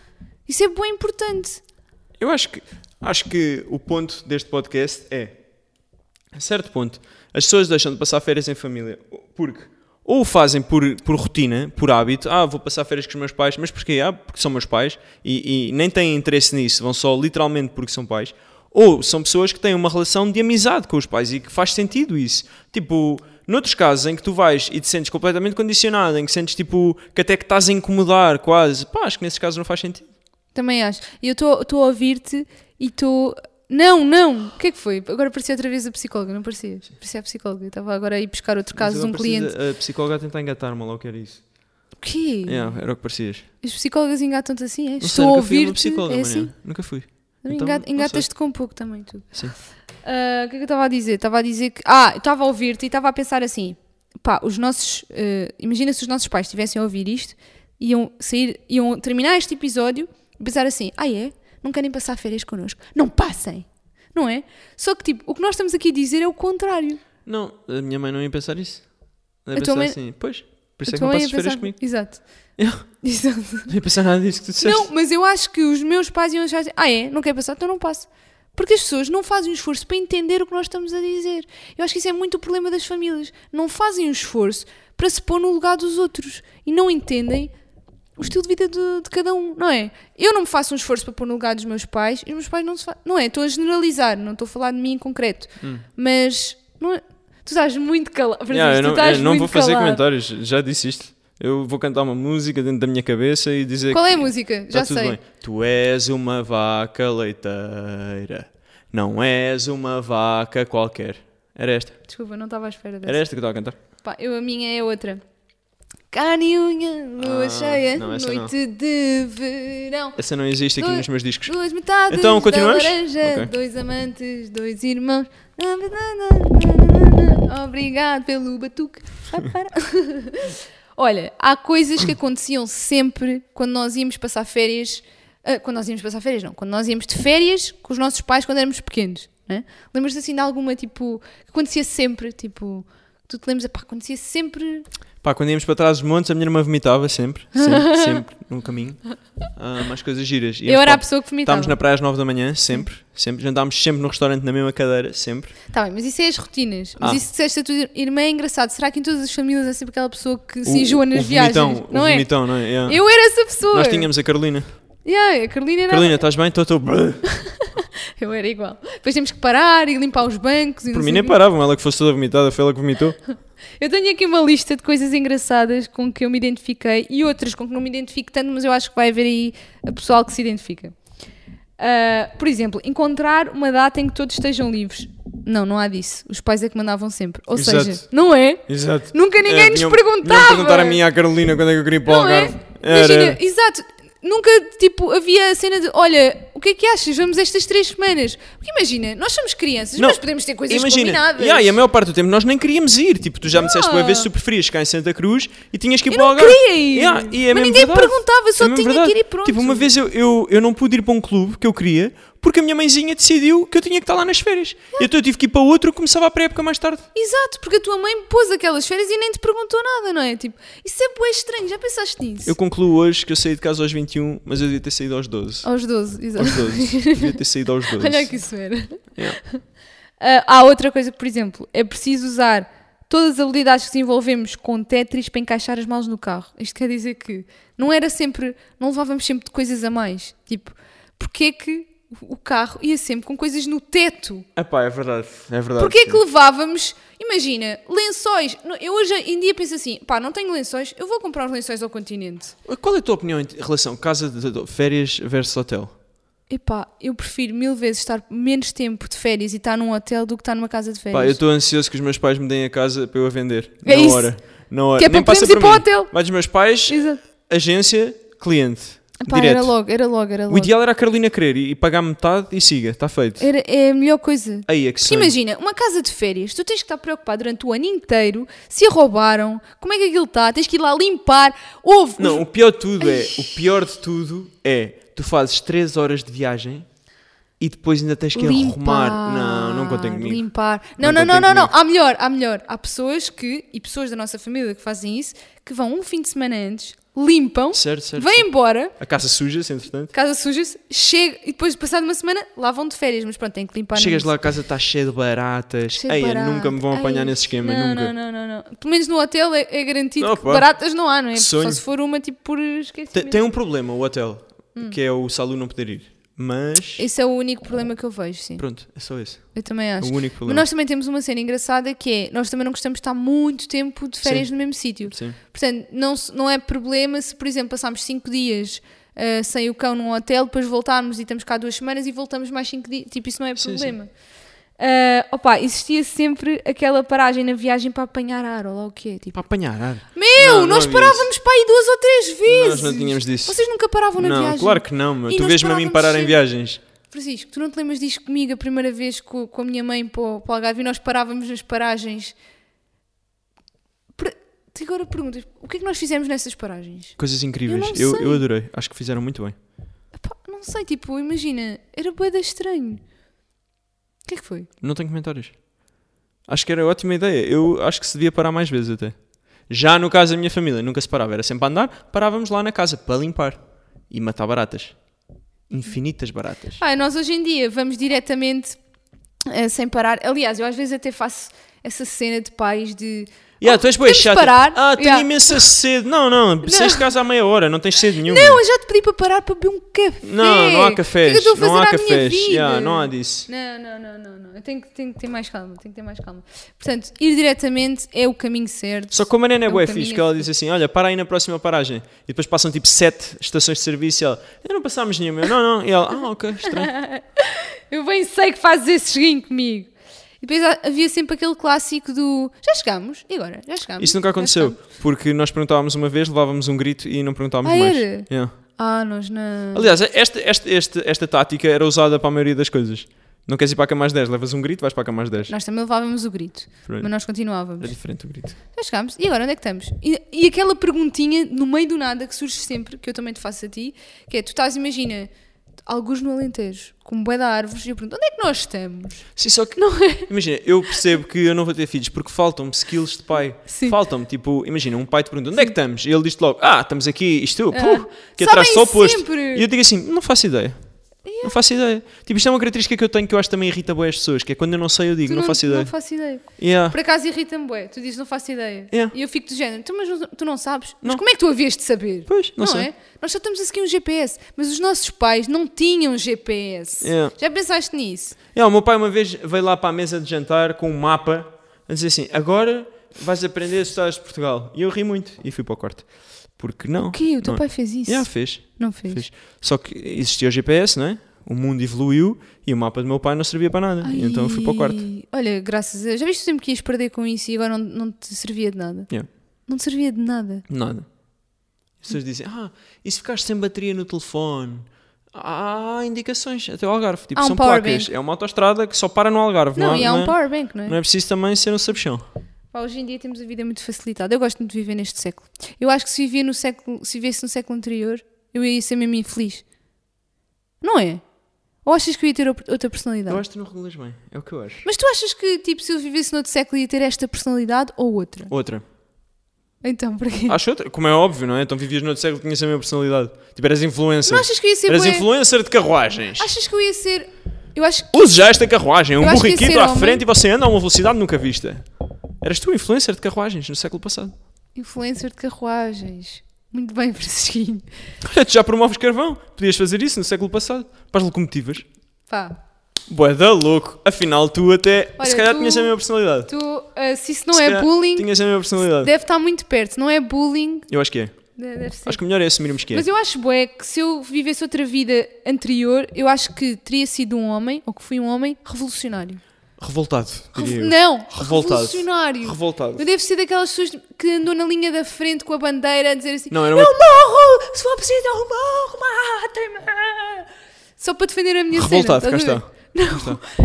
Speaker 3: Isso é bem importante.
Speaker 4: Eu acho que, acho que o ponto deste podcast é, a certo ponto, as pessoas deixam de passar férias em família. Porque ou o fazem por, por rotina, por hábito, ah, vou passar férias com os meus pais, mas porquê? Ah, porque são meus pais e, e nem têm interesse nisso, vão só literalmente porque são pais. Ou são pessoas que têm uma relação de amizade com os pais e que faz sentido isso. Tipo, noutros casos em que tu vais e te sentes completamente condicionado, em que sentes tipo que até que estás a incomodar quase, pá, acho que nesses casos não faz sentido.
Speaker 3: Também acho. E eu estou a ouvir-te e estou. Não, não! O que é que foi? Agora parecia outra vez a psicóloga, não parecias? Parecia a psicóloga. Eu estava agora a ir buscar outro
Speaker 4: Mas
Speaker 3: caso de
Speaker 4: agora
Speaker 3: um
Speaker 4: precisa-
Speaker 3: cliente.
Speaker 4: A psicóloga a tentar engatar-me logo que era isso.
Speaker 3: O quê?
Speaker 4: Yeah, era o que parecias.
Speaker 3: Os psicólogas engatam-te assim, é?
Speaker 4: Não sei,
Speaker 3: Estou a
Speaker 4: nunca fui
Speaker 3: ouvir-te.
Speaker 4: psicóloga,
Speaker 3: É
Speaker 4: Mariana.
Speaker 3: assim?
Speaker 4: Nunca fui. Então,
Speaker 3: Enga-
Speaker 4: não sei.
Speaker 3: Engatas-te com pouco também, tu.
Speaker 4: Sim.
Speaker 3: Ah, o que é que eu estava a dizer? Estava a dizer que. Ah, eu estava a ouvir-te e estava a pensar assim: pá, os nossos. eh, imagina se os nossos pais estivessem a ouvir isto, iam sair, iam terminar este episódio e pensar assim: ah, é? Não querem passar férias connosco? Não passem! Não é? Só que, tipo, o que nós estamos aqui a dizer é o contrário.
Speaker 4: Não, a minha mãe não ia pensar isso. Ela
Speaker 3: A
Speaker 4: ia
Speaker 3: tua
Speaker 4: pensar
Speaker 3: mãe-
Speaker 4: assim, pois, por isso
Speaker 3: Eu
Speaker 4: é que não
Speaker 3: também ia
Speaker 4: passas férias
Speaker 3: Então pensar-
Speaker 4: comigo.
Speaker 3: Exato.
Speaker 4: Eu
Speaker 3: Exato.
Speaker 4: não ia pensar nada disso que tu disseste.
Speaker 3: Não, mas eu acho que os meus pais iam achar assim, ah é, não quer passar, então não passo. Porque as pessoas não fazem um esforço para entender o que nós estamos a dizer. Eu acho que isso é muito o problema das famílias. Não fazem um esforço para se pôr no lugar dos outros e não entendem o estilo de vida de, de cada um, não é? Eu não me faço um esforço para pôr no lugar dos meus pais e os meus pais não se fazem. Não é? Estou a generalizar, não estou a falar de mim em concreto. Mas não é- tu estás muito calado.
Speaker 4: Hum. Yeah,
Speaker 3: tu
Speaker 4: eu não,
Speaker 3: estás
Speaker 4: eu não
Speaker 3: muito
Speaker 4: vou fazer
Speaker 3: calado.
Speaker 4: comentários, já disse isto. Eu vou cantar uma música dentro da minha cabeça e dizer
Speaker 3: Qual
Speaker 4: que
Speaker 3: é a música?
Speaker 4: está
Speaker 3: Já
Speaker 4: tudo
Speaker 3: sei.
Speaker 4: bem. Tu és uma vaca leiteira, não és uma vaca qualquer. Era esta,
Speaker 3: Desculpa, não estava à espera dessa.
Speaker 4: era esta que eu estava a cantar.
Speaker 3: Pá, eu, a minha é outra. Carne e unha, lua
Speaker 4: Ah,
Speaker 3: cheia,
Speaker 4: não, essa
Speaker 3: noite de verão.
Speaker 4: Essa não existe aqui
Speaker 3: Dois-
Speaker 4: nos meus discos.
Speaker 3: Duas metades
Speaker 4: Então,
Speaker 3: da
Speaker 4: continuamos?
Speaker 3: laranja,
Speaker 4: Ok.
Speaker 3: dois amantes, dois irmãos. Na, na, na, na, na, na. Obrigado pelo batuque. Vai para- Olha, há coisas que aconteciam sempre quando nós íamos passar férias. ah, quando nós íamos passar férias, não. Quando nós íamos de férias com os nossos pais quando éramos pequenos. Né? Lembras-te assim de alguma tipo. que acontecia sempre? Tipo. Tu te lembras, pá, acontecia sempre
Speaker 4: Pá, quando íamos para trás dos montes, a minha irmã vomitava sempre, sempre, sempre, no caminho. Ah, mais coisas giras. Íamos
Speaker 3: Eu era
Speaker 4: para-
Speaker 3: a pessoa que vomitava.
Speaker 4: Estávamos na praia às 9 da manhã, sempre, sempre. Jantámos sempre no restaurante na mesma cadeira, sempre.
Speaker 3: Tá bem, mas isso é as rotinas. Mas
Speaker 4: Ah.
Speaker 3: isso que disseste a tua irmã é engraçado. Será que em todas as famílias é sempre aquela pessoa que se
Speaker 4: O-
Speaker 3: enjoa
Speaker 4: o-
Speaker 3: nas
Speaker 4: o
Speaker 3: viagens?
Speaker 4: vomitão,
Speaker 3: não
Speaker 4: o
Speaker 3: é?
Speaker 4: vomitão, não é? Yeah.
Speaker 3: Eu era essa pessoa.
Speaker 4: Nós tínhamos a Carolina.
Speaker 3: Yeah, a Carolina era.
Speaker 4: Carolina, estás bem? Estou, estou. Por
Speaker 3: Eu era igual. Depois temos que parar e limpar os bancos. E não
Speaker 4: mim
Speaker 3: sei
Speaker 4: nem
Speaker 3: o quê.
Speaker 4: paravam, ela que fosse toda vomitada, foi ela que vomitou.
Speaker 3: Eu tenho aqui uma lista de coisas engraçadas com que eu me identifiquei e outras com que não me identifico tanto, mas eu acho que vai haver aí a pessoal que se identifica. Ah, por exemplo, encontrar uma data em que todos estejam livres. Não, não há disso. Os pais é que mandavam sempre. Ou
Speaker 4: Exato.
Speaker 3: seja, não é?
Speaker 4: Exato.
Speaker 3: Nunca ninguém nos
Speaker 4: vinham-
Speaker 3: perguntava.
Speaker 4: vinham perguntar a mim e à Carolina quando é que eu queria ir para o
Speaker 3: Não é?
Speaker 4: Algarve. Era,
Speaker 3: Imagina,
Speaker 4: era.
Speaker 3: exato. Nunca, tipo, havia a cena de, olha, o que é que achas? Vamos estas três semanas. Porque imagina, nós somos crianças,
Speaker 4: Não,
Speaker 3: nós podemos ter coisas
Speaker 4: Imagina,
Speaker 3: combinadas.
Speaker 4: yeah, e a maior parte do tempo nós nem queríamos ir. Tipo, tu já me disseste uma
Speaker 3: Ah.
Speaker 4: vez se tu preferias ficar em Santa Cruz e tinhas que ir
Speaker 3: Eu
Speaker 4: para o
Speaker 3: não
Speaker 4: Algarve.
Speaker 3: queria ir.
Speaker 4: Yeah, e é
Speaker 3: Mas
Speaker 4: mesmo
Speaker 3: ninguém
Speaker 4: verdade.
Speaker 3: perguntava, só
Speaker 4: mesmo
Speaker 3: tinha que ir e pronto.
Speaker 4: Tipo, uma vez eu, eu, eu não pude ir para um clube que eu queria porque a minha mãezinha decidiu que eu tinha que estar lá nas férias. Então eu tive que ir para outro que começava a pré-época mais tarde.
Speaker 3: Exato, porque a tua mãe pôs aquelas férias e nem te perguntou nada, não é? Tipo, isso é bué estranho, já pensaste nisso?
Speaker 4: Eu concluo hoje que eu saí de casa aos 21, mas eu devia ter saído aos 12.
Speaker 3: Aos 12, exato.
Speaker 4: Aos 12. devia ter saído aos 12.
Speaker 3: Oh. Olha que isso era.
Speaker 4: Yeah.
Speaker 3: Ah, há outra coisa, por exemplo, é preciso usar todas as habilidades que desenvolvemos com Tetris para encaixar as malas no carro. Isto quer dizer que não era sempre, não levávamos sempre de coisas a mais. Tipo, porque é que o carro ia sempre com coisas no teto?
Speaker 4: Epá, é verdade. É verdade.
Speaker 3: Porquê é
Speaker 4: sim.
Speaker 3: que levávamos, imagina, lençóis? No- Eu hoje em dia penso assim, pá, não tenho lençóis, eu vou comprar os lençóis ao continente.
Speaker 4: Qual é a tua opinião em relação casa de, de- férias versus hotel?
Speaker 3: Epá, eu prefiro mil vezes estar menos tempo de férias e estar num hotel do que estar numa casa de férias.
Speaker 4: Pá, eu estou ansioso que os meus pais me deem a casa para eu a vender.
Speaker 3: É
Speaker 4: na
Speaker 3: isso.
Speaker 4: hora. Na hora.
Speaker 3: Que é
Speaker 4: Nem
Speaker 3: para
Speaker 4: passa
Speaker 3: podermos ir
Speaker 4: mim.
Speaker 3: para o hotel.
Speaker 4: Vai dos meus pais,
Speaker 3: Exato.
Speaker 4: agência, cliente.
Speaker 3: Pá, era
Speaker 4: Direto.
Speaker 3: logo, era logo, era
Speaker 4: O
Speaker 3: logo.
Speaker 4: ideal era a Carolina querer e, e pagar metade e siga, está feito.
Speaker 3: Era- é a melhor coisa.
Speaker 4: Aí é que
Speaker 3: Porque
Speaker 4: sonho.
Speaker 3: imagina, uma casa de férias, tu tens que estar preocupado durante o ano inteiro se a roubaram, como é que aquilo está, tens que ir lá limpar, houve.
Speaker 4: Não, o pior de tudo é, o pior de tudo é, tu fazes 3 horas de viagem e depois ainda tens que arrumar. Não, não contem comigo.
Speaker 3: Limpar. Não, não,
Speaker 4: Não
Speaker 3: não,
Speaker 4: contem
Speaker 3: não, não.
Speaker 4: comigo.
Speaker 3: Há melhor, há melhor. Há pessoas que, e pessoas da nossa família que fazem isso, que vão um fim de semana antes, limpam,
Speaker 4: Certo, certo,
Speaker 3: vêm
Speaker 4: certo.
Speaker 3: embora,
Speaker 4: A caça suja-se, entretanto.
Speaker 3: casa suja-se, chega e depois de passar uma semana, lá vão de férias, mas pronto, têm que limpar.
Speaker 4: Chegas
Speaker 3: nisso.
Speaker 4: lá, a casa está cheia de baratas.
Speaker 3: Cheio de
Speaker 4: Ei,
Speaker 3: barato.
Speaker 4: nunca me vão apanhar
Speaker 3: Ai,
Speaker 4: nesse esquema,
Speaker 3: não,
Speaker 4: nunca.
Speaker 3: Não, não, não, não. Pelo menos no hotel é, é garantido
Speaker 4: Não,
Speaker 3: que
Speaker 4: pá.
Speaker 3: baratas não há, não é?
Speaker 4: Que
Speaker 3: Só
Speaker 4: sonho.
Speaker 3: se for uma tipo por
Speaker 4: Tem,
Speaker 3: esquecimento.
Speaker 4: tem um problema, o hotel, que é o Salu não poder ir. Mas,
Speaker 3: Hum. Esse é o único problema que eu vejo, sim.
Speaker 4: pronto, é só esse.
Speaker 3: Eu também acho.
Speaker 4: o único
Speaker 3: Mas
Speaker 4: problema.
Speaker 3: nós também temos uma cena engraçada que é, nós também não gostamos de estar muito tempo de férias
Speaker 4: Sim.
Speaker 3: no mesmo sítio.
Speaker 4: Sim.
Speaker 3: Portanto, não, se- não é problema se, por exemplo, passarmos 5 dias ah, sem o cão num hotel, depois voltarmos e estamos cá duas semanas e voltamos mais 5 dias. Tipo, isso não é
Speaker 4: Sim,
Speaker 3: problema. Ah, opa, existia sempre aquela paragem na viagem para apanhar ar, ou lá o quê? Tipo,
Speaker 4: Para apanhar ar.
Speaker 3: meu,
Speaker 4: Não, não
Speaker 3: nós
Speaker 4: havia
Speaker 3: parávamos para aí duas ou três vezes.
Speaker 4: Nós não tínhamos disso.
Speaker 3: Vocês nunca paravam na
Speaker 4: não,
Speaker 3: viagem.
Speaker 4: claro que não, mas
Speaker 3: E
Speaker 4: tu
Speaker 3: nós
Speaker 4: vês-me a mim
Speaker 3: parávamos
Speaker 4: parar em
Speaker 3: sempre.
Speaker 4: viagens.
Speaker 3: Francisco, tu não te lembras disto comigo a primeira vez co- com, a minha mãe para o, para o Algarve e nós parávamos nas paragens? Pre- Te agora perguntas, o que é que nós fizemos nessas paragens?
Speaker 4: Coisas incríveis.
Speaker 3: Eu
Speaker 4: Eu,
Speaker 3: não
Speaker 4: eu,
Speaker 3: sei.
Speaker 4: adorei. Acho que fizeram muito bem.
Speaker 3: Epá, não sei, tipo, imagina, era boeda estranho. O que é que foi?
Speaker 4: Não tenho comentários. Acho que era ótima ideia. Eu acho que se devia parar mais vezes até. Já no caso da minha família, nunca se parava. Era sempre a andar, parávamos lá na casa para limpar e matar baratas. Infinitas baratas.
Speaker 3: Ah, nós hoje em dia vamos diretamente eh, sem parar. Aliás, eu às vezes até faço essa cena de pais de.
Speaker 4: Yeah,
Speaker 3: "Oh,
Speaker 4: tu és bué
Speaker 3: temos de
Speaker 4: chata.
Speaker 3: parar.
Speaker 4: Ah, tenho
Speaker 3: Yeah.
Speaker 4: imensa sede. Não, não, saíste de casa à meia hora, não tens sede nenhuma.
Speaker 3: Não, eu já te pedi para parar para beber um café.
Speaker 4: não, não há
Speaker 3: O que é
Speaker 4: cafés.
Speaker 3: que eu estou a fazer
Speaker 4: não há
Speaker 3: à minha
Speaker 4: cafés.
Speaker 3: vida?
Speaker 4: Yeah, não há disso.
Speaker 3: Não, não, não, não, não. Eu tenho que, tenho que ter mais calma, tenho que ter mais calma. Portanto, ir diretamente é o caminho certo.
Speaker 4: Só que a Mariana é
Speaker 3: um
Speaker 4: bué
Speaker 3: caminho
Speaker 4: fixe, que ela
Speaker 3: a
Speaker 4: diz assim, olha, para aí na próxima paragem. E depois passam tipo sete estações de serviço e ela, "Eu não passámos nenhuma. Eu, Não, não. E ela, ah, ok, estranho.
Speaker 3: Eu bem sei que fazes esse joguinho comigo. E depois há- havia sempre aquele clássico do já chegámos, e agora? Já chegámos.
Speaker 4: Isso nunca
Speaker 3: Já
Speaker 4: aconteceu,
Speaker 3: chegámos."
Speaker 4: porque nós perguntávamos uma vez, levávamos um grito e não perguntávamos
Speaker 3: Ah,
Speaker 4: mais.
Speaker 3: era?
Speaker 4: Yeah.
Speaker 3: Ah, nós não.
Speaker 4: Aliás, esta, esta, esta, esta tática era usada para a maioria das coisas. Não queres ir para a cama às 10, levas um grito, vais para a cama às 10.
Speaker 3: Nós também levávamos o grito,
Speaker 4: Pronto.
Speaker 3: mas nós
Speaker 4: É
Speaker 3: continuávamos.
Speaker 4: diferente o grito.
Speaker 3: Já chegámos, e agora onde é que estamos? E, e aquela perguntinha no meio do nada que surge sempre, que eu também te faço a ti, que é: tu estás, imagina, alguns no Alentejo, com um bué de árvores, e eu pergunto: onde é que nós estamos?
Speaker 4: Sim, só que.
Speaker 3: é?
Speaker 4: Imagina, eu percebo que eu não vou ter filhos porque faltam-me skills de pai.
Speaker 3: Sim.
Speaker 4: Faltam-me, tipo, imagina, um pai te pergunta onde é que estamos? E ele diz logo, ah, estamos aqui, isto,
Speaker 3: Ah.
Speaker 4: puh, que
Speaker 3: Sabem
Speaker 4: atrás só oposto.
Speaker 3: sempre.
Speaker 4: E eu digo assim, não faço ideia. Não faço ideia. Tipo, isto é uma característica que eu tenho que eu acho que também irrita bem as pessoas, que é quando eu não sei, eu digo,
Speaker 3: Tu
Speaker 4: não, faço ideia.
Speaker 3: Não faço ideia.
Speaker 4: Yeah.
Speaker 3: Por acaso irrita-me, bué. Tu dizes, não faço ideia.
Speaker 4: Yeah.
Speaker 3: E eu fico do género, tu, mas não- tu não sabes? Mas
Speaker 4: Não.
Speaker 3: como é que tu havias de saber?
Speaker 4: Pois, não sei.
Speaker 3: é? Nós só estamos a seguir um GPS, mas os nossos pais não tinham GPS.
Speaker 4: Yeah.
Speaker 3: Já pensaste nisso?
Speaker 4: É, o meu pai uma vez veio lá para a mesa de jantar com um mapa a dizer assim: agora vais aprender a história de Portugal. E eu ri muito e fui para o quarto. Porque não.
Speaker 3: O quê? O teu
Speaker 4: não. é?
Speaker 3: pai fez É isso?
Speaker 4: Yeah, fez.
Speaker 3: Não fez.
Speaker 4: Fez. Só que existia o GPS, não é? O mundo evoluiu e o mapa do meu pai não servia para nada. E Então eu fui para o quarto.
Speaker 3: Ai, Olha, graças a... Já viste o tempo que ias perder com isso e agora não, não te servia de nada?
Speaker 4: Yeah,
Speaker 3: Não te servia de nada.
Speaker 4: nada. As pessoas dizem: ah, e se ficares sem bateria no telefone? Há indicações, até o Algarve. Tipo,
Speaker 3: Há um
Speaker 4: são
Speaker 3: power
Speaker 4: placas.
Speaker 3: bank.
Speaker 4: É uma autostrada que só para no Algarve.
Speaker 3: Não,
Speaker 4: há-
Speaker 3: e há um
Speaker 4: é-
Speaker 3: powerbank, não é?
Speaker 4: Não é preciso também ser um sabichão.
Speaker 3: Pá, hoje em dia temos a vida muito facilitada. Eu gosto muito de viver neste século. Eu acho que se vivia no século, se vivesse no século anterior, eu ia ser mesmo infeliz. Não é? Ou achas que eu ia ter op- outra personalidade?
Speaker 4: Eu acho que tu não regulas bem. É o que eu acho.
Speaker 3: Mas tu achas que, tipo, se eu vivesse noutro século ia ter esta personalidade ou outra?
Speaker 4: Outra.
Speaker 3: Então, porquê?
Speaker 4: Acho outra, como é óbvio, não é? Então vivias no outro século, tinhas a mesma personalidade. Tipo, eras influencer.
Speaker 3: Não achas que eu ia ser
Speaker 4: eras
Speaker 3: bué-
Speaker 4: influencer de carruagens.
Speaker 3: Achas que eu ia ser... Eu acho que...
Speaker 4: Use já esta carruagem,
Speaker 3: Eu
Speaker 4: um
Speaker 3: acho que ia ser
Speaker 4: burriquito à
Speaker 3: homem.
Speaker 4: frente e você anda a uma velocidade nunca vista. Eras tu influencer de carruagens no século passado.
Speaker 3: Influencer de carruagens. Muito bem, Francisquinho.
Speaker 4: Olha, tu já promoves carvão. Podias fazer isso no século passado. Para as locomotivas.
Speaker 3: Pá,
Speaker 4: Boa da louco. Afinal, tu até.
Speaker 3: Olha,
Speaker 4: se calhar
Speaker 3: tu-
Speaker 4: tinhas a mesma personalidade.
Speaker 3: tu... ah, se isso não
Speaker 4: Se
Speaker 3: é
Speaker 4: calhar
Speaker 3: bullying,
Speaker 4: Tinhas a mesma personalidade.
Speaker 3: deve estar muito perto. Se não é bullying,
Speaker 4: Eu acho que é.
Speaker 3: de- deve ser.
Speaker 4: Acho que o melhor é assumirmos que é.
Speaker 3: Mas eu acho bué que se eu vivesse outra vida anterior, eu acho que teria sido um homem, ou que fui um homem, revolucionário.
Speaker 4: Revoltado.
Speaker 3: Revo-
Speaker 4: diria eu.
Speaker 3: Não,
Speaker 4: Revoltado.
Speaker 3: revolucionário.
Speaker 4: Revoltado.
Speaker 3: Eu devo ser daquelas pessoas que andam na linha da frente com a bandeira a dizer assim:
Speaker 4: Não, era
Speaker 3: Eu
Speaker 4: uma-
Speaker 3: morro! Se for preciso, eu morro! Uma só para defender a minha
Speaker 4: Revoltado,
Speaker 3: cena.
Speaker 4: cá
Speaker 3: estás a
Speaker 4: está.
Speaker 3: ver? Não,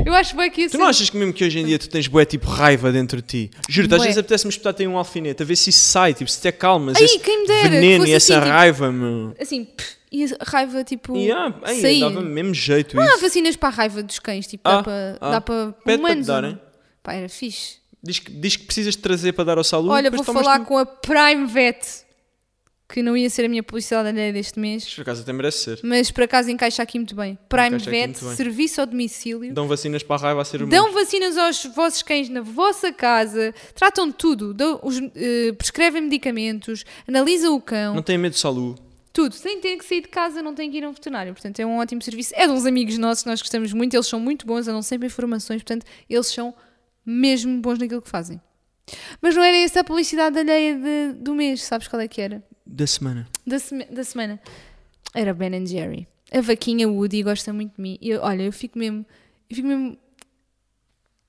Speaker 3: eu acho bem que isso.
Speaker 4: Tu não achas que mesmo que hoje em dia tu tens bué tipo raiva dentro de ti? Juro-te, às
Speaker 3: Bué.
Speaker 4: vezes apetece-me espetar-te em um alfinete, a ver se isso sai, tipo, se te acalmas.
Speaker 3: Ai,
Speaker 4: esse
Speaker 3: quem me dera, que
Speaker 4: veneno e
Speaker 3: fosse
Speaker 4: essa
Speaker 3: assim, tipo-
Speaker 4: raiva, meu.
Speaker 3: Assim, pff, e a raiva tipo.
Speaker 4: E ah, ai,
Speaker 3: sair.
Speaker 4: dava-me mesmo jeito
Speaker 3: Não há
Speaker 4: isso.
Speaker 3: vacinas para a raiva dos cães, tipo,
Speaker 4: Ah,
Speaker 3: dá para
Speaker 4: ah.
Speaker 3: dá para
Speaker 4: Pede para te
Speaker 3: humanos.
Speaker 4: darem.
Speaker 3: Pá, era fixe.
Speaker 4: Diz que, diz que precisas de trazer para dar ao saludo.
Speaker 3: Olha,
Speaker 4: depois
Speaker 3: vou
Speaker 4: tomas-te
Speaker 3: falar
Speaker 4: um-
Speaker 3: com a Prime Vet, que não ia ser a minha publicidade alheia deste mês,
Speaker 4: Por acaso até merece ser.
Speaker 3: mas por acaso encaixa aqui muito bem. Prime
Speaker 4: Encaixa aqui
Speaker 3: Vet,
Speaker 4: muito bem.
Speaker 3: serviço ao domicílio.
Speaker 4: Dão vacinas para a raiva a ser humano.
Speaker 3: Dão vacinas aos vossos cães na vossa casa, tratam de tudo, dão os, eh, prescrevem medicamentos, analisam o cão,
Speaker 4: Não tenha medo de salu.
Speaker 3: tudo, sem ter que sair de casa, não têm que ir a um veterinário. Portanto, é um ótimo serviço. É de uns amigos nossos, nós gostamos muito, eles são muito bons, andam sempre informações, portanto, eles são mesmo bons naquilo que fazem. Mas não era essa a publicidade alheia de- do mês, sabes qual é que era?
Speaker 4: Da semana.
Speaker 3: Da, seme- da semana. Era Ben and Jerry. A vaquinha Woody gosta muito de mim. E Eu, olha, eu fico mesmo. Eu fico mesmo.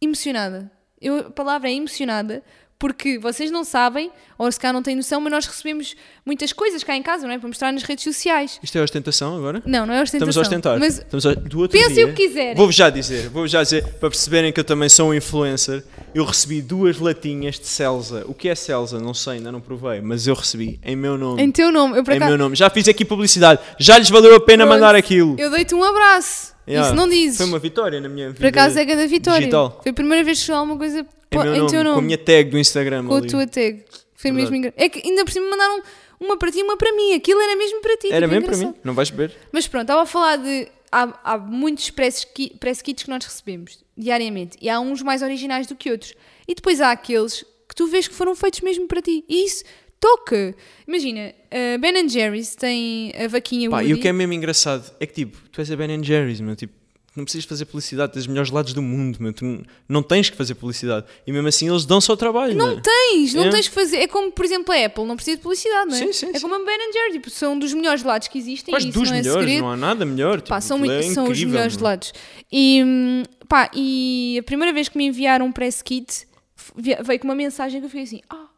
Speaker 3: emocionada. Eu, a palavra é emocionada. Porque vocês não sabem, ou se calhar não têm noção, mas nós recebemos muitas coisas cá em casa, não é? Para mostrar nas redes sociais.
Speaker 4: Isto é ostentação agora?
Speaker 3: Não, não é ostentação.
Speaker 4: Estamos a ostentar.
Speaker 3: Mas
Speaker 4: Estamos a... Do outro
Speaker 3: pensem
Speaker 4: dia,
Speaker 3: o que quiserem.
Speaker 4: Vou-vos já dizer, vou já dizer, para perceberem que eu também sou um influencer, eu recebi duas latinhas de Celsa. O que é Celsa? Não sei, ainda não provei, mas eu recebi em meu nome.
Speaker 3: em teu nome, eu Então, por
Speaker 4: Em
Speaker 3: acaso.
Speaker 4: meu nome. Já fiz aqui publicidade. Já lhes valeu a pena
Speaker 3: Pronto,
Speaker 4: mandar aquilo.
Speaker 3: Eu dei-te um abraço.
Speaker 4: Yeah.
Speaker 3: Isso não dizes.
Speaker 4: Foi uma vitória na minha vida.
Speaker 3: Por acaso é grande a vitória.
Speaker 4: Digital.
Speaker 3: Foi a primeira vez que chegou alguma coisa
Speaker 4: Em,
Speaker 3: po-
Speaker 4: É meu
Speaker 3: em
Speaker 4: nome,
Speaker 3: teu nome.
Speaker 4: Com a minha tag do Instagram.
Speaker 3: então com a
Speaker 4: ali.
Speaker 3: tua tag. Foi
Speaker 4: Verdade.
Speaker 3: mesmo engraçado. É que ainda por cima mandaram uma para ti e uma para mim. Aquilo era mesmo para ti.
Speaker 4: Era
Speaker 3: tipo,
Speaker 4: mesmo para
Speaker 3: engraçado.
Speaker 4: mim. Não vais beber?
Speaker 3: Mas pronto, estava a falar de. Há, há muitos press, ki- press kits que nós recebemos diariamente e há uns mais originais do que outros. E depois há aqueles que tu vês que foram feitos mesmo para ti. E isso toca. Imagina, a Ben Jerry's tem a vaquinha
Speaker 4: Pá,
Speaker 3: Woody.
Speaker 4: e o que é mesmo engraçado é que tipo, tu és a Ben Jerry's, meu, tipo, não precisas fazer publicidade, tens os melhores lados do mundo, meu, tu n- não tens que fazer publicidade. E mesmo assim eles dão só o trabalho,
Speaker 3: Não
Speaker 4: é?
Speaker 3: tens, não
Speaker 4: É.
Speaker 3: tens que fazer. É como, por exemplo, a Apple, não precisa de publicidade, não é?
Speaker 4: Sim, sim,
Speaker 3: é
Speaker 4: sim.
Speaker 3: como a Ben Jerry's, tipo, são dos melhores lados que existem.
Speaker 4: Quase
Speaker 3: e isso
Speaker 4: dos
Speaker 3: não é
Speaker 4: melhores,
Speaker 3: segredo.
Speaker 4: não há nada melhor.
Speaker 3: Pá,
Speaker 4: tipo,
Speaker 3: são,
Speaker 4: aquilo é
Speaker 3: são os
Speaker 4: incrível,
Speaker 3: melhores
Speaker 4: meu.
Speaker 3: lados. E, hum, pá, e a primeira vez que me enviaram um press kit f- vi- veio com uma mensagem que eu fiquei assim: Ah,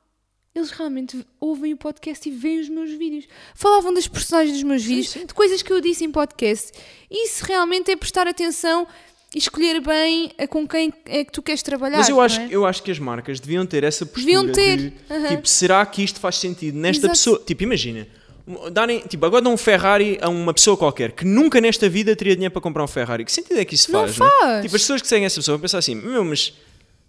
Speaker 3: eles realmente ouvem o podcast e veem os meus vídeos. Falavam das personagens dos meus vídeos, de coisas que eu disse em podcast. Isso realmente é prestar atenção e escolher bem a- com quem é que tu queres trabalhar.
Speaker 4: Mas eu
Speaker 3: não
Speaker 4: acho,
Speaker 3: é?
Speaker 4: eu acho que as marcas deviam ter essa postura.
Speaker 3: Deviam ter,
Speaker 4: de,
Speaker 3: aham.
Speaker 4: Tipo, será que isto faz sentido nesta
Speaker 3: Exato.
Speaker 4: pessoa? Tipo, imagina. um- Darem, tipo, agora dão um Ferrari a uma pessoa qualquer que nunca nesta vida teria dinheiro para comprar um Ferrari. Que sentido é que isso
Speaker 3: Não
Speaker 4: faz? né?
Speaker 3: faz.
Speaker 4: Tipo, as pessoas que seguem essa pessoa vão pensar assim: meu, mas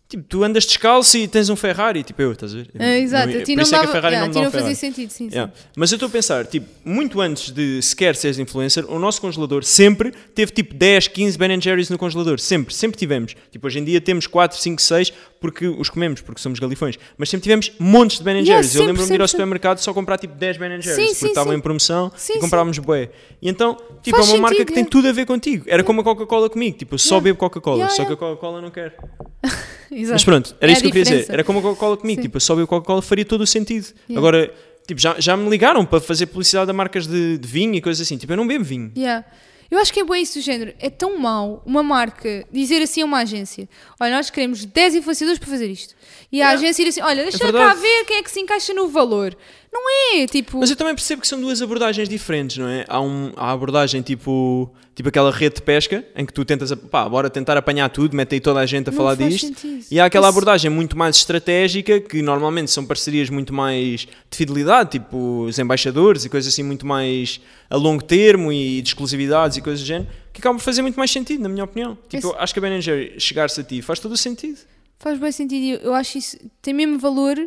Speaker 4: tipo, tu andas descalço e tens um Ferrari. Tipo, eu, estás a ver?
Speaker 3: Ah, exato,
Speaker 4: Não-
Speaker 3: a ti
Speaker 4: por
Speaker 3: não
Speaker 4: isso é que
Speaker 3: dava.
Speaker 4: a Ferrari
Speaker 3: yeah,
Speaker 4: não
Speaker 3: a
Speaker 4: me
Speaker 3: ti
Speaker 4: dá um
Speaker 3: não fazia
Speaker 4: Ferrari.
Speaker 3: sentido, sim, sim.
Speaker 4: Yeah. Mas eu estou a pensar, tipo, muito antes de sequer seres influencer, o nosso congelador sempre teve tipo 10, 15 Ben Jerry's no congelador. Sempre, sempre tivemos. Tipo, hoje em dia temos 4, 5, 6 porque os comemos, porque somos galifões. Mas sempre tivemos montes de Ben
Speaker 3: Yeah,
Speaker 4: Jerry's. eu
Speaker 3: sempre,
Speaker 4: lembro-me de ir ao
Speaker 3: sempre,
Speaker 4: supermercado só comprar tipo 10 Ben Jerry's
Speaker 3: Sim,
Speaker 4: porque
Speaker 3: sim,
Speaker 4: estavam
Speaker 3: sim.
Speaker 4: em promoção
Speaker 3: Sim,
Speaker 4: e
Speaker 3: sim.
Speaker 4: comprávamos bué. E então, tipo,
Speaker 3: Faz
Speaker 4: é uma marca
Speaker 3: sentido,
Speaker 4: que tem
Speaker 3: yeah.
Speaker 4: tudo a ver contigo. Era como a Coca-Cola comigo. Tipo, eu só
Speaker 3: Yeah.
Speaker 4: bebo Coca-Cola,
Speaker 3: Yeah,
Speaker 4: só
Speaker 3: yeah.
Speaker 4: que a Coca-Cola não quer.
Speaker 3: Exato.
Speaker 4: Mas pronto, era
Speaker 3: É a
Speaker 4: isso que eu queria dizer.
Speaker 3: diferença.
Speaker 4: Era como a Coca-Cola comigo.
Speaker 3: Sim.
Speaker 4: Tipo, eu só beber Coca-Cola faria todo o sentido. Agora, tipo, já, já me ligaram para fazer publicidade a marcas de, de vinho e coisas assim. Tipo, eu não bebo vinho.
Speaker 3: Yeah. Eu acho que é bom isso do género. É tão mau uma marca dizer assim a uma agência: Olha, nós queremos 10 influenciadores para fazer isto. E a agência ir assim: Olha, deixa cá
Speaker 4: verdade.
Speaker 3: ver quem é que se encaixa no valor. Não é? Tipo,
Speaker 4: Mas eu também percebo que são duas abordagens diferentes, não é? Há, um, há a abordagem tipo, tipo aquela rede de pesca, em que tu tentas, a- pá, bora tentar apanhar tudo, mete aí toda a gente a
Speaker 3: Não
Speaker 4: falar
Speaker 3: faz
Speaker 4: disto.
Speaker 3: sentido.
Speaker 4: E há aquela
Speaker 3: Isso-
Speaker 4: abordagem muito mais estratégica, que normalmente são parcerias muito mais de fidelidade, tipo os embaixadores e coisas assim muito mais a longo termo e de exclusividades e coisas do género, que acabam por fazer muito mais sentido, na minha opinião. Tipo,
Speaker 3: Isso-
Speaker 4: eu acho que a Ben Jerry chegar-se a ti faz todo o sentido.
Speaker 3: faz bem sentido. e Eu, eu acho isso. Tem mesmo valor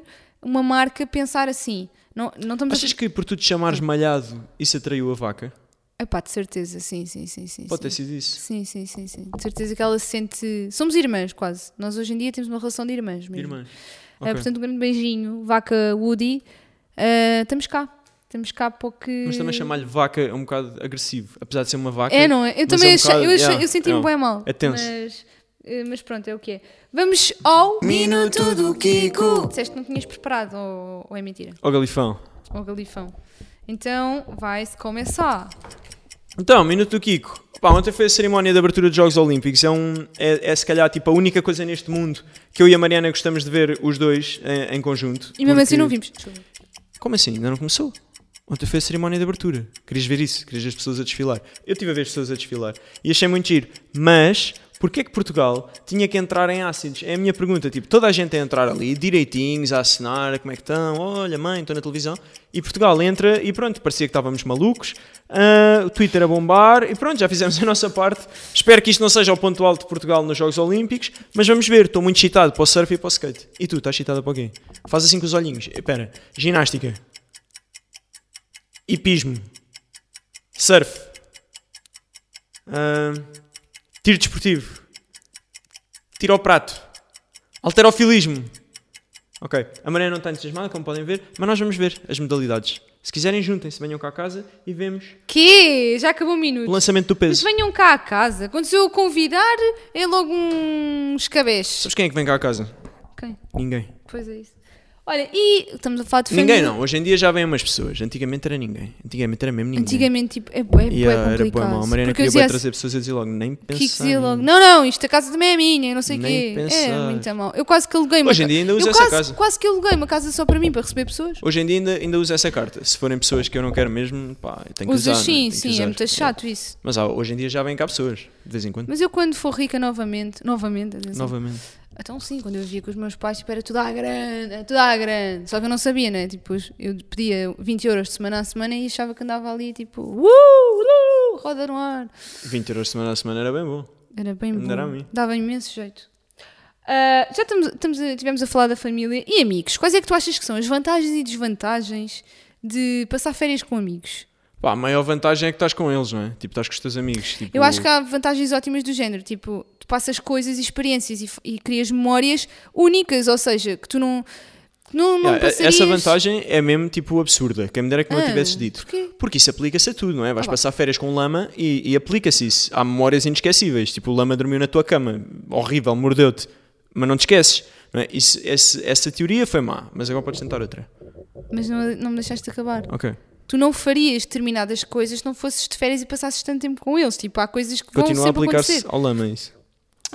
Speaker 3: uma marca pensar assim. Não, não estamos
Speaker 4: Achas que por tu te chamares malhado, isso atraiu a vaca?
Speaker 3: a. Epá, de certeza, sim, sim, sim. sim
Speaker 4: Pode ter
Speaker 3: sim.
Speaker 4: sido isso.
Speaker 3: Sim, sim, sim, sim. De certeza que ela se sente. Somos irmãs, quase. Nós hoje em dia temos uma relação de irmãs mesmo.
Speaker 4: Irmã.
Speaker 3: Ah,
Speaker 4: Ok.
Speaker 3: portanto, um grande beijinho, vaca Woody. Ah, estamos cá. Estamos cá para o que.
Speaker 4: Mas também chamar-lhe vaca é um bocado agressivo, apesar de ser uma vaca.
Speaker 3: Hum. É, não é? Eu
Speaker 4: mas
Speaker 3: também
Speaker 4: é um
Speaker 3: achei-
Speaker 4: bocado-
Speaker 3: eu, achei-
Speaker 4: yeah,
Speaker 3: eu senti-me
Speaker 4: yeah.
Speaker 3: bem mal.
Speaker 4: É tenso.
Speaker 3: Mas, eh, mas pronto, é o que é. Vamos ao.
Speaker 1: Minuto do Kiko.
Speaker 3: Disseste que não tinhas preparado, ou, ou é mentira?
Speaker 4: Ó Galifão.
Speaker 3: Ou galifão. Então, vai-se começar.
Speaker 4: Então, Minuto do Kiko. Pá, ontem foi a cerimónia de abertura dos Jogos Olímpicos. É, um, é, é se calhar tipo, a única coisa neste mundo que eu e a Mariana gostamos de ver os dois em, em conjunto.
Speaker 3: E mesmo assim
Speaker 4: Porque-
Speaker 3: não vimos.
Speaker 4: Como assim? Ainda não começou? Ontem foi a cerimónia de abertura. Querias ver isso? Querias ver as pessoas a desfilar? Eu tive a ver as pessoas a desfilar e achei muito giro. Mas, porquê é que Portugal tinha que entrar em ácidos? É a minha pergunta. Tipo, toda a gente a entrar ali, direitinhos, a assinar, como é que estão? Olha, mãe, estou na televisão. E Portugal entra e pronto, parecia que estávamos malucos. Ah, o Twitter a bombar e pronto, já fizemos a nossa parte. Espero que isto não seja o ponto alto de Portugal nos Jogos Olímpicos, mas vamos ver. Estou muito excitado para o surf e para o skate. E tu, estás excitada para o quê? Faz assim com os olhinhos. Espera, ginástica. Hipismo. Surf. Ahn, tiro desportivo. Tiro ao prato. Alterofilismo. Ok. A Maria não está entusiasmada, como podem ver, mas nós vamos ver as modalidades. Se quiserem, juntem-se, venham cá a casa e vemos
Speaker 3: Que? Já acabou o minuto.
Speaker 4: o lançamento do
Speaker 3: Mas
Speaker 4: peso.
Speaker 3: venham cá à casa. Quando se eu convidar, é logo um escabeche.
Speaker 4: Sabes quem é que vem cá a casa?
Speaker 3: Ok,
Speaker 4: Ninguém.
Speaker 3: pois é isso. Olha, e estamos a falar de família.
Speaker 4: Ninguém não. Hoje em dia já vêm umas pessoas. Antigamente era ninguém. Antigamente era mesmo ninguém.
Speaker 3: Antigamente, tipo, é, é,
Speaker 4: Uhum. E,
Speaker 3: bué
Speaker 4: ah, era boa
Speaker 3: complicado.
Speaker 4: mal. A Mariana
Speaker 3: Porque eu
Speaker 4: queria
Speaker 3: dizia
Speaker 4: bué
Speaker 3: assim,
Speaker 4: trazer pessoas e eu dizia logo, nem
Speaker 3: que
Speaker 4: pensar. né?"
Speaker 3: dizia logo, não, não, isto a casa também é minha, não sei o quê.
Speaker 4: Nem
Speaker 3: É
Speaker 4: pensar.
Speaker 3: muito mal. Eu quase que aluguei uma
Speaker 4: Hoje em
Speaker 3: ca-
Speaker 4: dia ainda
Speaker 3: eu
Speaker 4: uso essa
Speaker 3: quase,
Speaker 4: casa.
Speaker 3: quase que aluguei uma casa só para mim, para receber pessoas.
Speaker 4: Hoje em dia ainda, ainda uso essa carta. Se forem pessoas que eu não quero mesmo, pá, eu tenho que
Speaker 3: Usas
Speaker 4: usar. né?
Speaker 3: sim,
Speaker 4: Tenho que
Speaker 3: sim,
Speaker 4: usar.
Speaker 3: é muito chato isso.
Speaker 4: Mas ah, hoje em dia já vêm cá pessoas, de vez em quando.
Speaker 3: Mas eu quando for rica novamente, novamente, atenção.
Speaker 4: Novamente.
Speaker 3: Então sim, quando eu vivia com os meus pais, tipo, era tudo à grande, era tudo à grande. Só que eu não sabia, né? Tipo, eu pedia 20 euros de semana a semana e achava que andava ali, tipo, uh, uh, roda no ar.
Speaker 4: 20 euros semana a semana era bem bom.
Speaker 3: Era bem bom.
Speaker 4: Não era a mim.
Speaker 3: Dava imenso jeito. Ah, já estamos, estamos a, tivemos a falar da família e amigos. Quais é que tu achas que são as vantagens e desvantagens de passar férias com amigos?
Speaker 4: Pá, a maior vantagem é que estás com eles, não é? Tipo, estás com os teus amigos. Tipo,
Speaker 3: Eu acho que há vantagens ótimas do género, tipo, tu passas coisas e experiências e, f- e crias memórias únicas, ou seja, que tu não, que não, não
Speaker 4: Yeah,
Speaker 3: passarias...
Speaker 4: Essa vantagem é mesmo tipo absurda. Quem me dera que não
Speaker 3: Ah,
Speaker 4: tivesses dito.
Speaker 3: porquê?
Speaker 4: Porque isso aplica-se a tudo, não é? Vais
Speaker 3: Ah, bom.
Speaker 4: passar férias com lama e, e aplica-se isso. Há memórias inesquecíveis. Tipo, o lama dormiu na tua cama, horrível, mordeu-te, mas não te esqueces. não é? Isso- esse- essa teoria foi má, mas agora podes tentar outra.
Speaker 3: Mas não, não me deixaste acabar.
Speaker 4: Ok.
Speaker 3: Tu não farias determinadas coisas se não fosses de férias e passasses tanto tempo com eles. Tipo, há coisas que vão
Speaker 4: Continua a
Speaker 3: sempre
Speaker 4: aplicar-se
Speaker 3: acontecer.
Speaker 4: ao lama isso.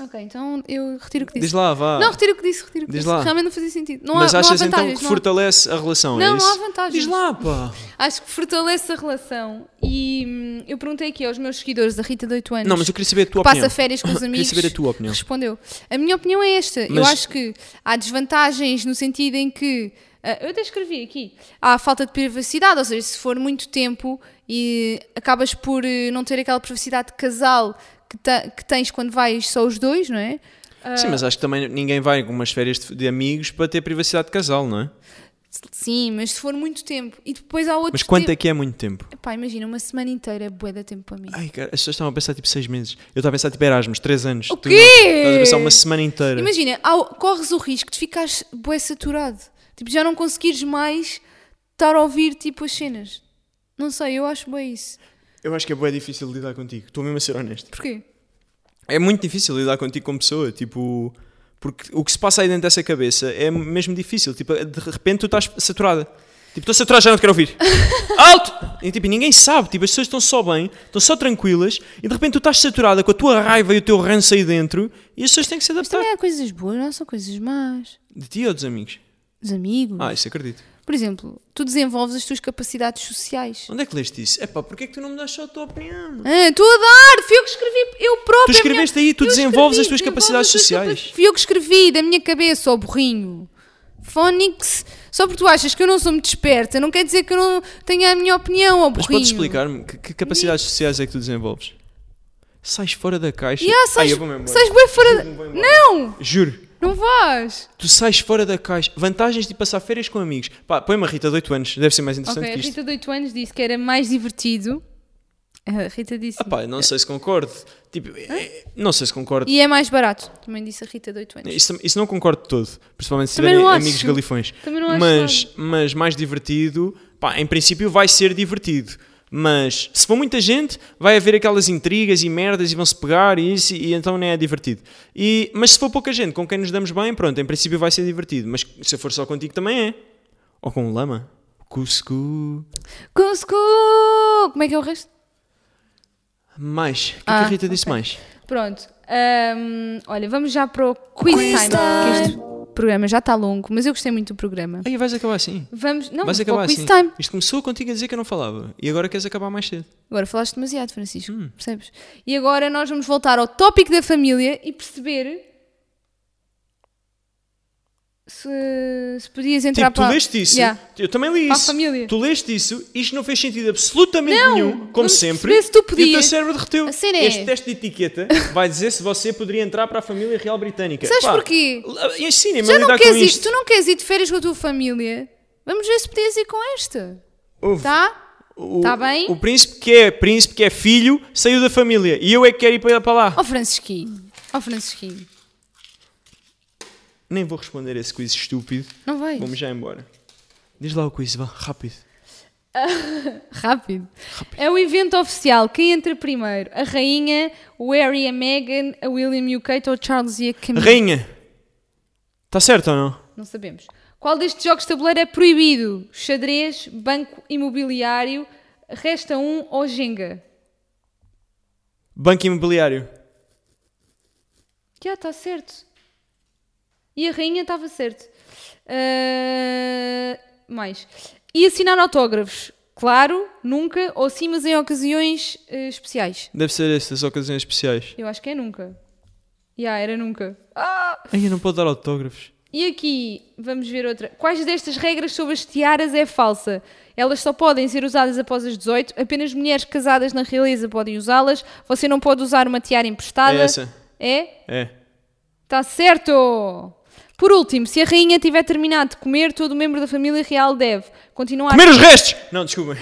Speaker 3: Ok, então eu retiro o que disse.
Speaker 4: Diz lá, vá.
Speaker 3: Não, retiro o que disse, retiro o que
Speaker 4: Ah. Diz
Speaker 3: disse.
Speaker 4: lá.
Speaker 3: Realmente não fazia sentido. Não
Speaker 4: mas
Speaker 3: há,
Speaker 4: achas
Speaker 3: não há
Speaker 4: então
Speaker 3: vantagens.
Speaker 4: que
Speaker 3: não há-
Speaker 4: fortalece a relação? é
Speaker 3: Não, não
Speaker 4: isso?
Speaker 3: há vantagens.
Speaker 4: Diz lá, pá.
Speaker 3: Acho que fortalece a relação. E hum, eu perguntei aqui aos meus seguidores, da Rita de 8 anos.
Speaker 4: Não, mas eu queria saber a tua
Speaker 3: que
Speaker 4: opinião.
Speaker 3: Passa férias com os
Speaker 4: Queria
Speaker 3: amigos.
Speaker 4: saber a tua opinião.
Speaker 3: Respondeu. A minha opinião é esta. Eu
Speaker 4: Mas-
Speaker 3: acho que há desvantagens no sentido em que. ah, eu até escrevi aqui. Há a falta de privacidade, ou seja, se for muito tempo e acabas por eh, não ter aquela privacidade de casal que, te- que tens quando vais só os dois, não é?
Speaker 4: Sim, mas acho que também ninguém vai com umas férias de, de amigos para ter privacidade de casal, não é?
Speaker 3: Sim, mas se for muito tempo. E depois há outro
Speaker 4: Mas quanto
Speaker 3: tempo.
Speaker 4: é que é muito tempo?
Speaker 3: Epá, imagina, uma semana inteira é bué de tempo para mim.
Speaker 4: Ai, cara, as pessoas estavam a pensar tipo 6 meses. Eu estava a pensar tipo Erasmus, 3 anos.
Speaker 3: O
Speaker 4: Tu
Speaker 3: quê?
Speaker 4: não, Estás a pensar uma semana inteira.
Speaker 3: Imagina, há o- corres o risco de ficares bué saturado. Tipo, já não conseguires mais estar a ouvir tipo as cenas. Não sei, eu acho bué isso.
Speaker 4: Eu acho que é bem difícil lidar contigo. Estou mesmo a ser honesto.
Speaker 3: Porquê?
Speaker 4: É muito difícil lidar contigo como pessoa, tipo... Porque o que se passa aí dentro dessa cabeça é mesmo difícil. Tipo, de repente tu estás saturada. Tipo, estou saturada, já não te quero ouvir. Alto! E tipo, ninguém sabe. Tipo, as pessoas estão só bem, estão só tranquilas e de repente tu estás saturada com a tua raiva e o teu ranço aí dentro e as pessoas têm que se adaptar.
Speaker 3: Também há coisas boas, não é? são coisas más.
Speaker 4: De ti ou dos amigos?
Speaker 3: Os amigos.
Speaker 4: Ah, isso acredito.
Speaker 3: Por exemplo, tu desenvolves as tuas capacidades sociais.
Speaker 4: Onde é que leste isso? Epá, porquê é que tu não me das só a tua opinião?
Speaker 3: Ah, Estou a dar, fui eu que escrevi, eu própria.
Speaker 4: Tu escreveste aí, tu
Speaker 3: eu
Speaker 4: desenvolves
Speaker 3: escrevi,
Speaker 4: as tuas
Speaker 3: desenvolvo
Speaker 4: capacidades
Speaker 3: as tuas
Speaker 4: sociais.
Speaker 3: capa- Fui eu que escrevi, da minha cabeça, ó burrinho. Fónix, só porque tu achas que eu não sou muito esperta, não quer dizer que eu não tenha a minha opinião, ó burrinho.
Speaker 4: Mas podes explicar-me que, que capacidades sociais é que tu desenvolves? Sais fora da caixa.
Speaker 3: Ya,
Speaker 4: Ai,
Speaker 3: ah, sais,
Speaker 4: eu vou-me embora.
Speaker 3: sais bué fora da...
Speaker 4: vou-me embora.
Speaker 3: Não,
Speaker 4: Juro,
Speaker 3: não vais.
Speaker 4: tu sais fora da caixa. Vantagens de passar férias com amigos. Pá, põe-me a Rita de 8 anos, deve ser mais interessante
Speaker 3: Ok, a
Speaker 4: que isto.
Speaker 3: Rita de 8 anos disse que era mais divertido. A Rita disse...
Speaker 4: Ah pá, não sei se concordo. Tipo, é- não sei se concordo.
Speaker 3: E é mais barato, também disse a Rita de 8 anos.
Speaker 4: Isso, isso não concordo de todo, principalmente se
Speaker 3: Também
Speaker 4: tiverem
Speaker 3: não acho.
Speaker 4: amigos galifões.
Speaker 3: Também não acho
Speaker 4: mas, mas mais divertido, pá, em princípio vai ser divertido. Mas se for muita gente, vai haver aquelas intrigas e merdas e vão-se pegar e isso, e então nem é divertido. E, mas se for pouca gente com quem nos damos bem, pronto, em princípio vai ser divertido. Mas se eu for só contigo também é. Ou com o lama. Cusco.
Speaker 3: Cusco! Como é que é o resto?
Speaker 4: Mais. O que, é que
Speaker 3: Ah,
Speaker 4: a Rita disse mais?
Speaker 3: Pronto. hum, olha, vamos já para o quiz time. que isto- programa já está longo, mas eu gostei muito do programa.
Speaker 4: Aí vais acabar assim.
Speaker 3: Vamos, não,
Speaker 4: Vais
Speaker 3: vamos
Speaker 4: acabar
Speaker 3: para o quiz
Speaker 4: assim.
Speaker 3: time.
Speaker 4: Isto começou contigo a dizer que eu não falava. E agora queres acabar mais cedo.
Speaker 3: Agora falaste demasiado, Francisco,
Speaker 4: Hum.
Speaker 3: percebes? E agora nós vamos voltar ao tópico da família e perceber se, se podias entrar
Speaker 4: Tipo, tu
Speaker 3: para...
Speaker 4: leste isso.
Speaker 3: Yeah.
Speaker 4: Eu também li
Speaker 3: Para a
Speaker 4: isso.
Speaker 3: família.
Speaker 4: Tu leste isso. Isto não fez sentido absolutamente
Speaker 3: Não,
Speaker 4: nenhum. Como
Speaker 3: vamos
Speaker 4: sempre.
Speaker 3: perceber se tu
Speaker 4: E o teu
Speaker 3: podias.
Speaker 4: cérebro derreteu.
Speaker 3: A cena é-
Speaker 4: este teste de etiqueta vai dizer se você poderia entrar para a família real britânica.
Speaker 3: Sabes
Speaker 4: Pá,
Speaker 3: porquê?
Speaker 4: l- Ensinem-me
Speaker 3: Já
Speaker 4: a
Speaker 3: não
Speaker 4: lidar com
Speaker 3: queres ir,
Speaker 4: isto.
Speaker 3: tu não queres ir de férias com a tua família? Vamos ver se podias ir com esta.
Speaker 4: Ouve.
Speaker 3: Tá?
Speaker 4: O,
Speaker 3: Tá bem?
Speaker 4: o príncipe que é príncipe que é filho saiu da família e eu é que quero ir para para lá.
Speaker 3: Ó Oh, Francisquinho. Ó Francisquinho.
Speaker 4: Nem vou responder esse quiz estúpido.
Speaker 3: Não vais?
Speaker 4: Vamos já embora. Diz lá o quiz, vá, rápido.
Speaker 3: Rápido. É o evento oficial. Quem entra primeiro? A rainha, o Harry, a Meghan, a William e o Kate ou o Charles e a Camila?
Speaker 4: Rainha. Está certo ou não?
Speaker 3: Não sabemos. Qual destes jogos de tabuleiro é proibido? Xadrez, banco imobiliário, resta um ou jenga?
Speaker 4: Banco imobiliário.
Speaker 3: Já está certo. E a rainha estava certo. Ah, mais. E assinar autógrafos? Claro, nunca, ou sim, mas em ocasiões eh, especiais.
Speaker 4: Deve ser essas ocasiões especiais.
Speaker 3: Eu acho que é nunca. Já, era nunca. Ah!
Speaker 4: Ai, eu não posso dar autógrafos.
Speaker 3: E aqui, vamos ver outra. Quais destas regras sobre as tiaras é falsa? Elas só podem ser usadas após as 18, apenas mulheres casadas na realeza podem usá-las, você não pode usar uma tiara emprestada.
Speaker 4: É essa.
Speaker 3: É?
Speaker 4: É.
Speaker 3: Está certo! Por último, se a rainha tiver terminado de comer, todo membro da família real deve continuar.
Speaker 4: Comer os restos! Não, desculpem.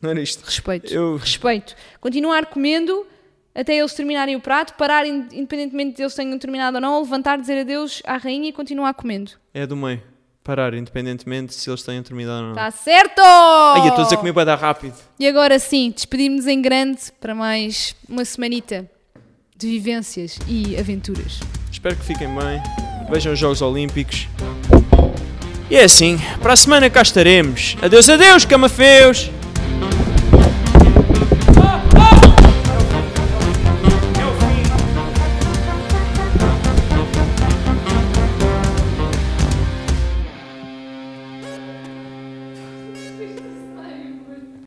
Speaker 4: Não era isto.
Speaker 3: Respeito.
Speaker 4: Eu-
Speaker 3: Respeito. Continuar comendo até eles terminarem o prato, parar in- independentemente de eles tenham terminado ou não, levantar, dizer adeus à rainha e continuar comendo.
Speaker 4: É a do meio. Parar, independentemente se eles têm terminado ou não.
Speaker 3: Está Tá certo!
Speaker 4: Ai, eu estou
Speaker 3: Oh.
Speaker 4: a dizer comigo vai dar rápido.
Speaker 3: E agora sim, despedimos-nos em grande para mais uma semanita de vivências e aventuras.
Speaker 4: Espero que fiquem bem. Vejam os Jogos Olímpicos. E é assim, para a semana cá estaremos. Adeus, adeus, camafeus!